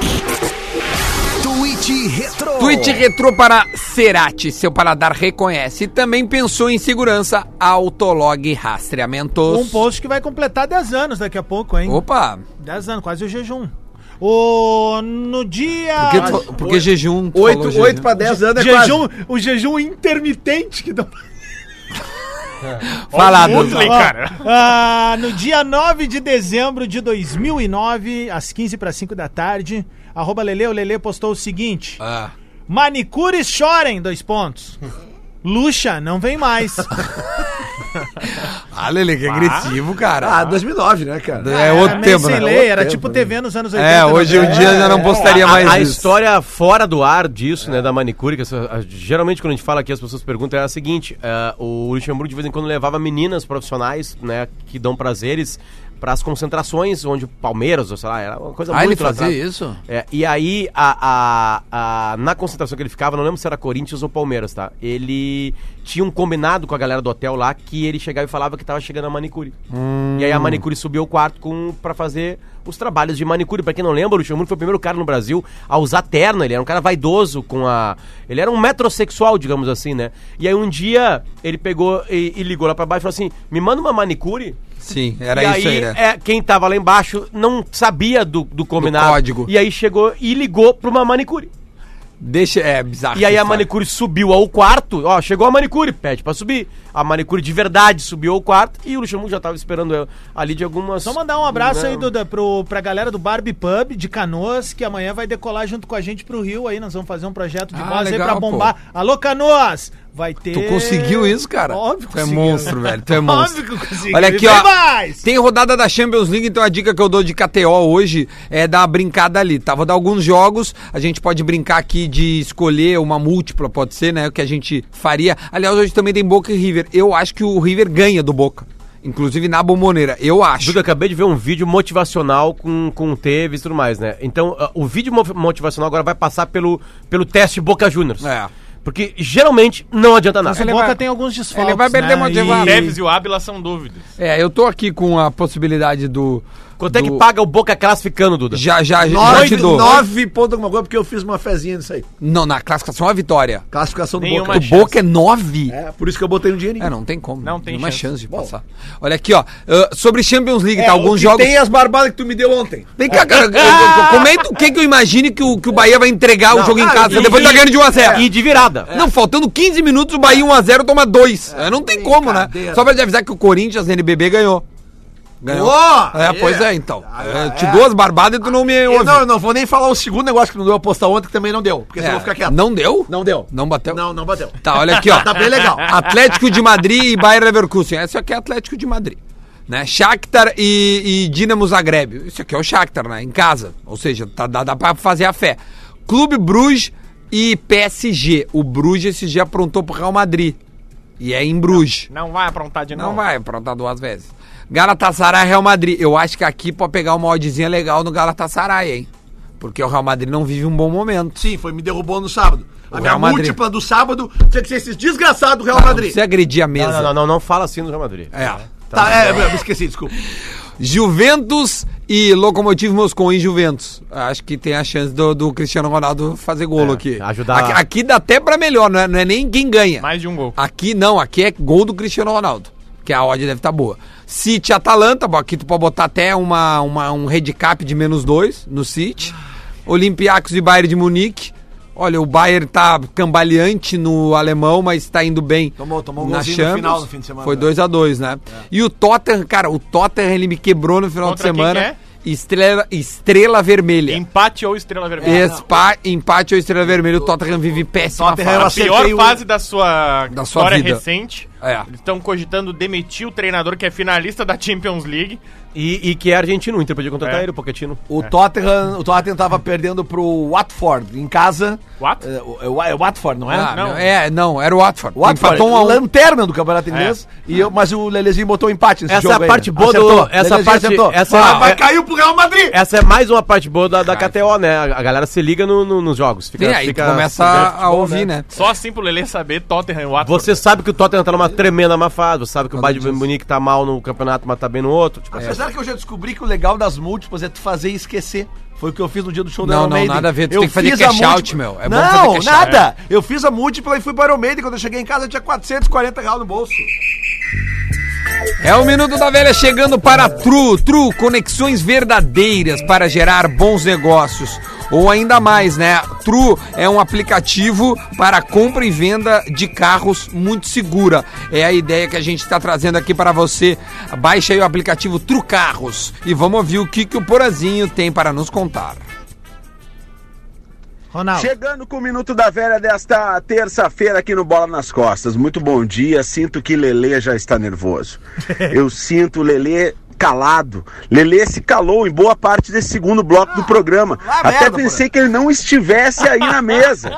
A: Twitch Retro.
B: Tweet retrô para Cerati, seu paladar reconhece. Também pensou em segurança, Autolog Rastreamentos.
H: Um post que vai completar 10 anos daqui a pouco, hein?
B: Opa,
H: 10 anos, quase o jejum. O... No dia...
B: porque, tu fa- porque jejum. tu falou
G: 8,
B: jejum.
G: 8 pra 10 anos é quase.
H: jejum, o jejum intermitente que dá.
B: Fala,
E: Ó, o
B: Adams.
E: Mutley, cara.
H: Ah, no dia 9 de dezembro de 2009, às 15 para 5 da tarde, arroba Lele, o Lele postou o seguinte:
B: Ah.
H: Manicures chorem, dois pontos. Luxa, não vem mais.
B: Ah, Lele, que agressivo, cara.
G: Ah, 2009, né, cara?
B: é outro
H: meio
B: tempo,
H: sem
B: né?
H: lei, era
G: Outro
H: tipo
G: tempo,
H: TV nos anos 80.
B: É, hoje o dia já não
C: É,
B: postaria
D: a,
B: mais
D: a
B: isso.
D: história fora do ar disso, né, da manicure, que as- as- geralmente quando a gente fala aqui, as pessoas perguntam, é a seguinte, eh, o Luxemburgo de vez em quando levava meninas profissionais, né, que dão prazeres para as concentrações, onde o Palmeiras, ou sei lá, era uma coisa
B: Ah,
D: muito
B: ele
D: lá
B: fazia
D: atrás.
B: isso?
D: É, e aí, a, a- a- na concentração que ele ficava, não lembro se era Corinthians ou Palmeiras, tá? Ele tinha um combinado com a galera do hotel lá que ele chegava e falava que tava chegando a manicure. E aí a manicure subiu ao quarto com, pra fazer os trabalhos de manicure. Pra quem não lembra, o Luxemburgo foi o primeiro cara no Brasil a usar terno. Ele era um cara vaidoso com a. Ele era um metrosexual, digamos assim, né? E aí um dia ele pegou e, e ligou lá pra baixo e falou assim: me manda uma manicure.
B: Sim, era
D: e
B: isso aí,
D: aí,
B: né?
D: é, quem tava lá embaixo não sabia do, do combinado.
B: código.
D: E aí chegou e ligou pra uma manicure.
B: Deixa, é bizarro.
D: E
B: essa
D: aí a
B: história.
D: manicure subiu ao quarto. Ó, chegou a manicure, pede pra subir. A manicure de verdade subiu ao quarto e o Luxemburgo já tava esperando eu ali de algumas.
H: Só mandar um abraço aí,
D: Não.
H: Duda, pro, pra galera do Barbie Pub de Canoas, que amanhã vai decolar junto com a gente pro Rio aí. Nós vamos fazer um projeto de
B: Ah,
H: voz
B: legal,
H: aí pra bombar. Alô, Canoas! Vai ter.
B: Tu conseguiu isso, cara?
H: Óbvio que
B: Tu é
H: consegui.
B: monstro, velho. Tu é monstro.
H: Óbvio que eu consegui.
B: Olha aqui,
H: Vem
B: ó.
H: mais!
B: Tem rodada da Champions League, então a dica que eu dou de KTO hoje é dar uma brincada ali, tá? Vou dar alguns jogos, a gente pode brincar aqui de escolher uma múltipla, pode ser, né? O que a gente faria. Aliás, hoje também tem Boca e River. Eu acho que o River ganha do Boca. Inclusive na bomboneira, eu acho.
D: Duda, acabei de ver um vídeo motivacional com, com teves e tudo mais, né? Então, ah, o vídeo mo- motivacional agora vai passar pelo, pelo teste Boca Juniors.
B: É.
D: Porque geralmente não adianta
H: Mas
D: nada.
H: o
B: Ele
H: Boca
B: vai-
H: tem alguns desfalques.
B: ele vai perder
H: né?
B: motivado.
H: E-
E: Neves e o Ábila são dúvidas.
B: É, eu tô aqui com a possibilidade do.
D: Quanto é que
B: do-
D: paga o Boca classificando, Duda?
B: Já, já, já te
G: 9,
B: dou.
G: 9 ponto alguma coisa, porque eu fiz uma fezinha nisso aí.
B: Não, na classificação é a vitória.
G: Classificação do
E: Nenhuma
G: Boca.
B: O
E: chance.
B: Boca é 9?
G: É, por isso que eu botei um dinheirinho.
B: É, não tem como.
E: Não tem
B: Nenhuma
E: chance.
B: chance de passar. Olha aqui, ó. ah, sobre Champions League,
G: É,
B: tá?
G: o
B: Alguns
G: que
B: jogos.
G: Tem as barbadas que tu me deu ontem.
B: Vem cá, cara. eu- eu- Comenta o que, que eu imagine que o, que o Bahia vai entregar o jogo em
G: ah,
B: casa.
G: e- É.
B: depois tá ganhando de 1x0.
D: E de virada.
B: Não, faltando 15 minutos, o Bahia 1x0 toma 2. É, não tem como, né? Só pra te avisar que o Corinthians NBB ganhou. Ganhou.
G: Ó,
B: é, pois é, então. É, te dou as barbadas e tu não me
G: Eu
B: ouve.
G: não, eu não vou nem falar o segundo negócio que não deu apostar ontem, que também não deu. Porque senão
B: É,
G: eu vou ficar quieto.
B: Não deu?
G: Não deu.
B: Não bateu?
G: Não, não bateu.
B: Tá, olha aqui, ó.
G: Tá bem legal.
B: Atlético de Madrid e Bayer Leverkusen. Essa aqui é Atlético de Madrid. Né? Shakhtar e, e Dinamo Zagreb. Isso aqui é o Shakhtar, né? Em casa. Ou seja, tá, dá, dá pra fazer a fé. Clube Bruges e PSG. O Bruges esse dia aprontou pro Real Madrid. E é em Bruges.
E: Não vai aprontar de
B: Não,
E: novo.
B: vai aprontar duas vezes. Galatasaray e Real Madrid. Eu acho que aqui pode pegar uma oddzinha legal no Galatasaray, hein? Porque o Real Madrid não vive um bom momento.
G: Sim, foi, me derrubou no sábado. A
B: O
G: minha
B: Real Madrid.
G: múltipla do sábado tinha que ser esses desgraçados do Real
B: Não
G: Madrid.
B: precisa agredir a mesa.
D: Não, não, não, não fala assim no Real Madrid.
B: É.
G: Tá, é, eu me esqueci, desculpa.
B: Juventus e Locomotivo Moscou em Juventus. Acho que tem a chance do, do Cristiano Ronaldo fazer golo
D: É,
B: aqui.
D: ajudar.
B: Aqui, aqui dá até pra melhor, não é, não é nem quem ganha.
E: Mais de um gol.
B: Aqui não, aqui é gol do Cristiano Ronaldo. Que a odd deve estar boa. City e Atalanta, bom, aqui tu pode botar até uma, uma- um handicap de menos dois no City. Olympiacos e Bayern de Munique. Olha, o Bayern tá cambaleante no alemão, mas tá indo bem.
G: Tomou- tomou um
B: na
G: golzinho no
B: Champions.
G: final do fim de semana,
B: Foi
G: né?
B: 2 a 2 né? E o Tottenham, cara, o Tottenham ele me quebrou no final de
E: Contra quem
B: semana.
E: que é?
B: Estrela, estrela Vermelha.
E: Empate ou estrela vermelha?
G: É,
B: Espa, empate ou Estrela Vermelha, o Tottenham vive péssima
G: Tottenham é
E: A
B: fase.
G: acertei
E: pior
G: o-
E: fase da sua,
B: Da sua
E: história
B: vida.
E: recente.
B: É.
E: Eles Estão cogitando demitir o treinador que é finalista da Champions League.
D: E, e que é argentino, o Inter podia contratar
E: É.
D: ele, o Pochettino.
G: O Tottenham, o Tottenham tava perdendo pro Watford em casa.
E: What?
G: É, o- é o- é o Watford, não é?
B: Ah,
E: não.
B: não. É, não, era o Watford.
G: O Watford,
B: Empatou um a um.
G: lanterna do campeonato inglês, e eu, mas o Lelezinho botou um empate nesse
D: Essa é
G: jogo
D: a
G: aí,
D: parte
G: né?
D: boa do-
G: Acertou.
D: essa
G: Lelezinho
D: parte-
G: acertou.
D: essa-
G: Ah, vai
D: é-
G: cair pro Real Madrid!
D: Essa é mais uma parte boa da, da KTO, né? A a galera se liga no- no- nos jogos. Fica,
B: Sim, aí tu
D: fica-
B: começa
D: fica
B: a
D: futebol,
B: ouvir, né?
E: Só assim pro Lelê saber Tottenham e Watford.
D: Você sabe que o Tottenham tá numa tremenda má fase, você sabe que o
B: Quando
D: Bayern de
B: diz.
D: Munique tá mal no campeonato, mas tá bem no outro. Tipo, assim.
G: Apesar que eu já descobri que o legal das múltipas é tu fazer e esquecer. Foi o que eu fiz no dia do show do
B: Não,
G: Iron
B: não,
G: Maiden.
B: nada a ver, tu
G: Eu
B: tem que fazer
G: fiz a
B: cash out,
G: múltipla-
B: meu. É bom
G: não,
B: fazer cash out.
G: nada. Eu fiz a múltipla e fui pro Iron Maiden. Quando eu cheguei em casa, eu tinha 440 reais no bolso.
B: É o Minuto da Velha chegando para a Tru. Tru, conexões verdadeiras para gerar bons negócios. Ou ainda mais, né? Tru é um aplicativo para compra e venda de carros muito segura. É a ideia que a gente está trazendo aqui para você. Baixa aí o aplicativo Tru Carros e vamos ouvir o que, que o Porazinho tem para nos contar.
H: Ronaldo.
C: Chegando com o Minuto da Velha desta terça-feira aqui no Bola nas Costas. Muito bom dia. Sinto que Lelê já está
B: [LAUGHS]
C: nervoso. Eu sinto o Lelê calado. Lelê se calou em boa parte desse segundo bloco do programa.
G: lá
C: Até
G: merda,
C: pensei que ele não estivesse aí na mesa.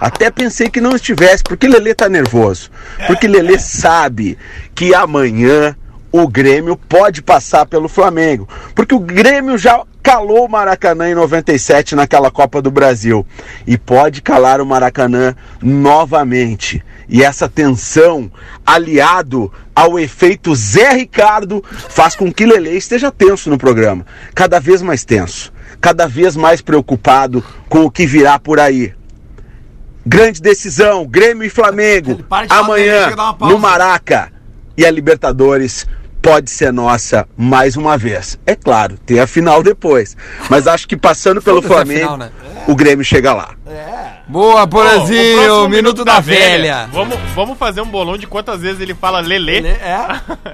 C: Até pensei que não estivesse, porque Lelê tá nervoso. Porque Lelê sabe que amanhã o Grêmio pode passar pelo Flamengo. Porque o Grêmio já calou o Maracanã em 97 naquela Copa do Brasil. E pode calar o Maracanã novamente. E essa tensão, aliado ao efeito Zé Ricardo, faz com que Lelê esteja tenso no programa. Cada vez mais tenso. Cada vez mais preocupado com o que virá por aí. Grande decisão, Grêmio e Flamengo.
G: para de falar dele,
C: Amanhã,
G: chega a dar uma pausa.
C: no Maraca. E a Libertadores pode ser nossa mais uma vez. É claro, tem a final depois. Mas acho que passando pelo
B: Foda-se a
C: Flamengo,
B: final, né?
C: o Grêmio chega lá.
B: Boa, Porazinho!
E: próximo
B: é minuto, da, velha.
E: Vamos, vamos fazer um bolão de quantas vezes ele fala Lelê.
G: Ele é.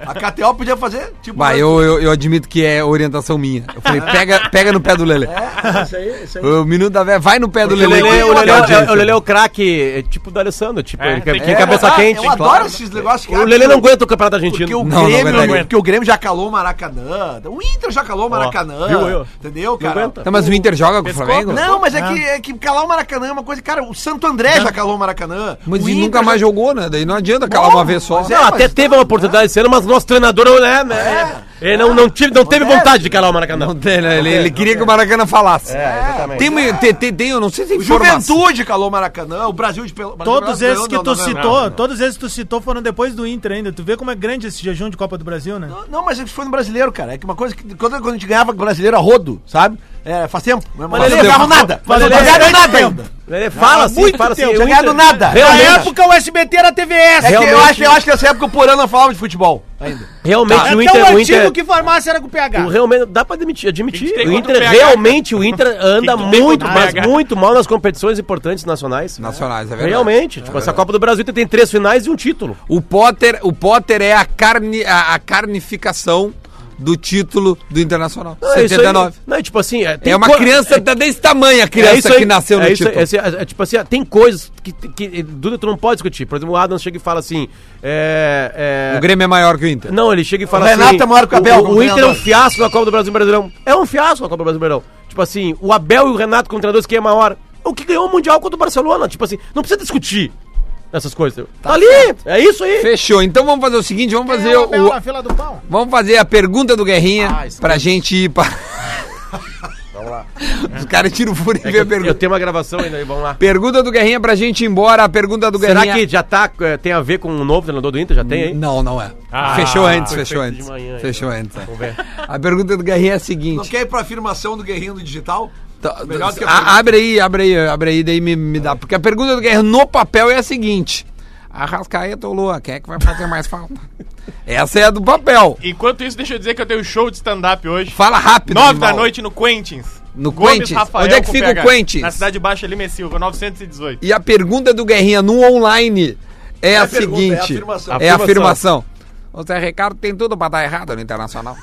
G: A KTO podia fazer, tipo.
B: Bah,
G: [LAUGHS]
B: eu, eu, eu admito que é orientação minha. Eu falei, pega, pega no pé do Lelê.
G: Isso aí, isso aí.
B: O Minuto da Velha, vai no pé do
D: É? Porque o
B: Lelê.
D: Lelê-
B: que
D: o
B: eu
D: Lelê-
B: te
D: é-
B: adianto.
D: o Lelê é o craque, é tipo do Alessandro, tipo,
E: É,
D: ele que,
E: tem
D: que
E: que-
D: cabeça
G: Ah,
D: quente.
G: Eu adoro esses negócios que
D: O Lelê não aguenta o campeonato argentino.
G: Porque o,
B: Não, não
G: Grêmio,
B: aguenta.
G: porque o Grêmio já calou o Maracanã. O Inter já calou o Maracanã.
D: viu eu?
G: Entendeu, cara?
D: aguenta.
B: Tá, mas o Inter joga com o
E: Pescou?
B: Flamengo?
D: né?
G: Não, mas é, Que, é que calar o Maracanã é uma coisa. Cara, o Santo André já calou o Maracanã.
B: Mas
G: o
B: ele
G: Inter
B: nunca mais
G: já-
B: jogou, né? Daí não adianta calar
G: Bom,
B: uma vez só.
G: mas
D: Não,
G: É,
D: até
G: mas-
D: teve uma oportunidade esse ano, mas o nosso treinador não, né? ele não, não, tive, não teve
G: deve.
D: vontade de calar o Maracanã.
B: Não tem, né? Ele, ele queria que o Maracanã falasse.
D: é. exatamente. É.
B: Tem, uma- tem, tem, tem, eu não sei se tem
G: O
B: informação.
G: Juventude calou o Maracanã. O Brasil de Pel...
H: Todos
G: Brasil-
H: esses que
G: não,
H: tu
G: não, não, não.
E: não,
H: citou, todos esses que tu citou foram depois do Inter ainda. Tu vê como é grande esse jejum de Copa do Brasil, né?
G: Não, mas isso foi no brasileiro, cara. É que uma coisa que quando, quando a gente ganhava brasileiro a rodo, sabe? É, faz tempo. Mas
B: Lelê,
G: ganhavam
B: mas-
G: nada.
H: mas
G: não
H: Lelê,
G: ganharam
H: muito
G: nada
H: tempo.
G: ainda.
D: Ele fala assim,
H: muito
D: fala assim.
H: tempo,
D: o
G: Tinha ganhado
D: Inter-
G: nada.
D: Realmente.
H: Na época o SBT era TVS.
G: É que eu
D: Realmente.
G: acho, eu acho que nessa época o Porã não falava de futebol ainda.
D: Realmente
H: Era
D: o
H: É tão
D: Inter, o
H: um antigo
D: Inter,
H: que farmácia era com o PH.
D: o realmente dá pra admitir, admitir.
E: Que que tem
D: o
E: contra
D: Inter
E: o PH?
D: realmente o Inter anda
E: que tem
D: muito,
E: contra o
D: mas
E: PH?
D: muito mal nas competições importantes nacionais.
B: Nacionais, é verdade.
D: Realmente, tipo, essa Copa do Brasil tem- tem três finais e um título.
B: O Potter, o Potter é a, carni, a, a carnificação do título do Internacional.
D: Não, é isso aí.
B: 79.
D: Não, é tipo assim, é, tem
B: É uma
D: co-
B: criança da- desse tamanho, a criança
D: é isso aí,
B: que nasceu no
D: é isso aí,
B: título.
D: é assim, é- é tipo assim, ó, tem coisas que, que- Duda, tu não pode discutir. Por exemplo, o Adams chega e fala assim. é, é,
B: O Grêmio é maior que o Inter.
D: Não, ele chega e fala
G: O Renato
D: assim.
G: é maior que o Abel,
D: O,
G: como
D: Inter é um
G: treinador.
D: fiasco na Copa do Brasil e Brasileirão. É um fiasco na Copa do Brasil e Brasileirão. Tipo assim, o Abel e o Renato como treinadores, quem é maior? O que ganhou o Mundial contra o Barcelona. Tipo assim, não precisa discutir essas coisas. Tá, ali! É isso aí!
B: Fechou. Então vamos fazer o seguinte, vamos fazer
H: Quem é o...
B: o,
H: na fila do pão.
B: Vamos fazer a pergunta do Guerrinha
G: Ah,
B: pra gente ir
G: [LAUGHS]
B: para. Os caras tiram o furo e vê a pergunta.
D: É Eu tenho uma gravação ainda aí, vamos lá.
B: Pergunta do Guerrinha pra gente ir embora. A pergunta do
D: [LAUGHS] Será
B: Guerrinha.
D: que já tá, é, tem a ver com o novo treinador do Inter? Já tem aí?
B: Não, não é.
E: Ah,
B: fechou antes,
E: foi
B: fechou
E: feito
B: antes.
E: de manhã,
B: fechou antes. é. A pergunta do Guerrinha é a seguinte.
G: quer ir pra afirmação do Guerrinho do Digital?
B: Tá,
G: Melhor do que a
B: a-
G: pergunta.
B: abre aí, abre aí, abre aí, daí me, me dá. Porque a pergunta do Guerrinha no papel é a seguinte: Arrascaeta ou Lua, quem é que vai fazer mais
G: [LAUGHS]
B: falta? Essa é a do papel.
E: Enquanto isso, deixa eu dizer que eu tenho show de stand-up hoje.
B: Fala rápido.
E: Nove da
B: animal.
E: noite no Quentins.
B: No Quentins? Onde é que
E: com
B: fica o
E: PH,
B: Quentins?
E: Na Cidade Baixa, Lima e Silva, 918.
B: E a pergunta do Guerrinha no online é, a
G: pergunta, é a
B: seguinte:
G: afirmação.
B: é a afirmação. O Zé Ricardo tem tudo pra dar errado no Internacional.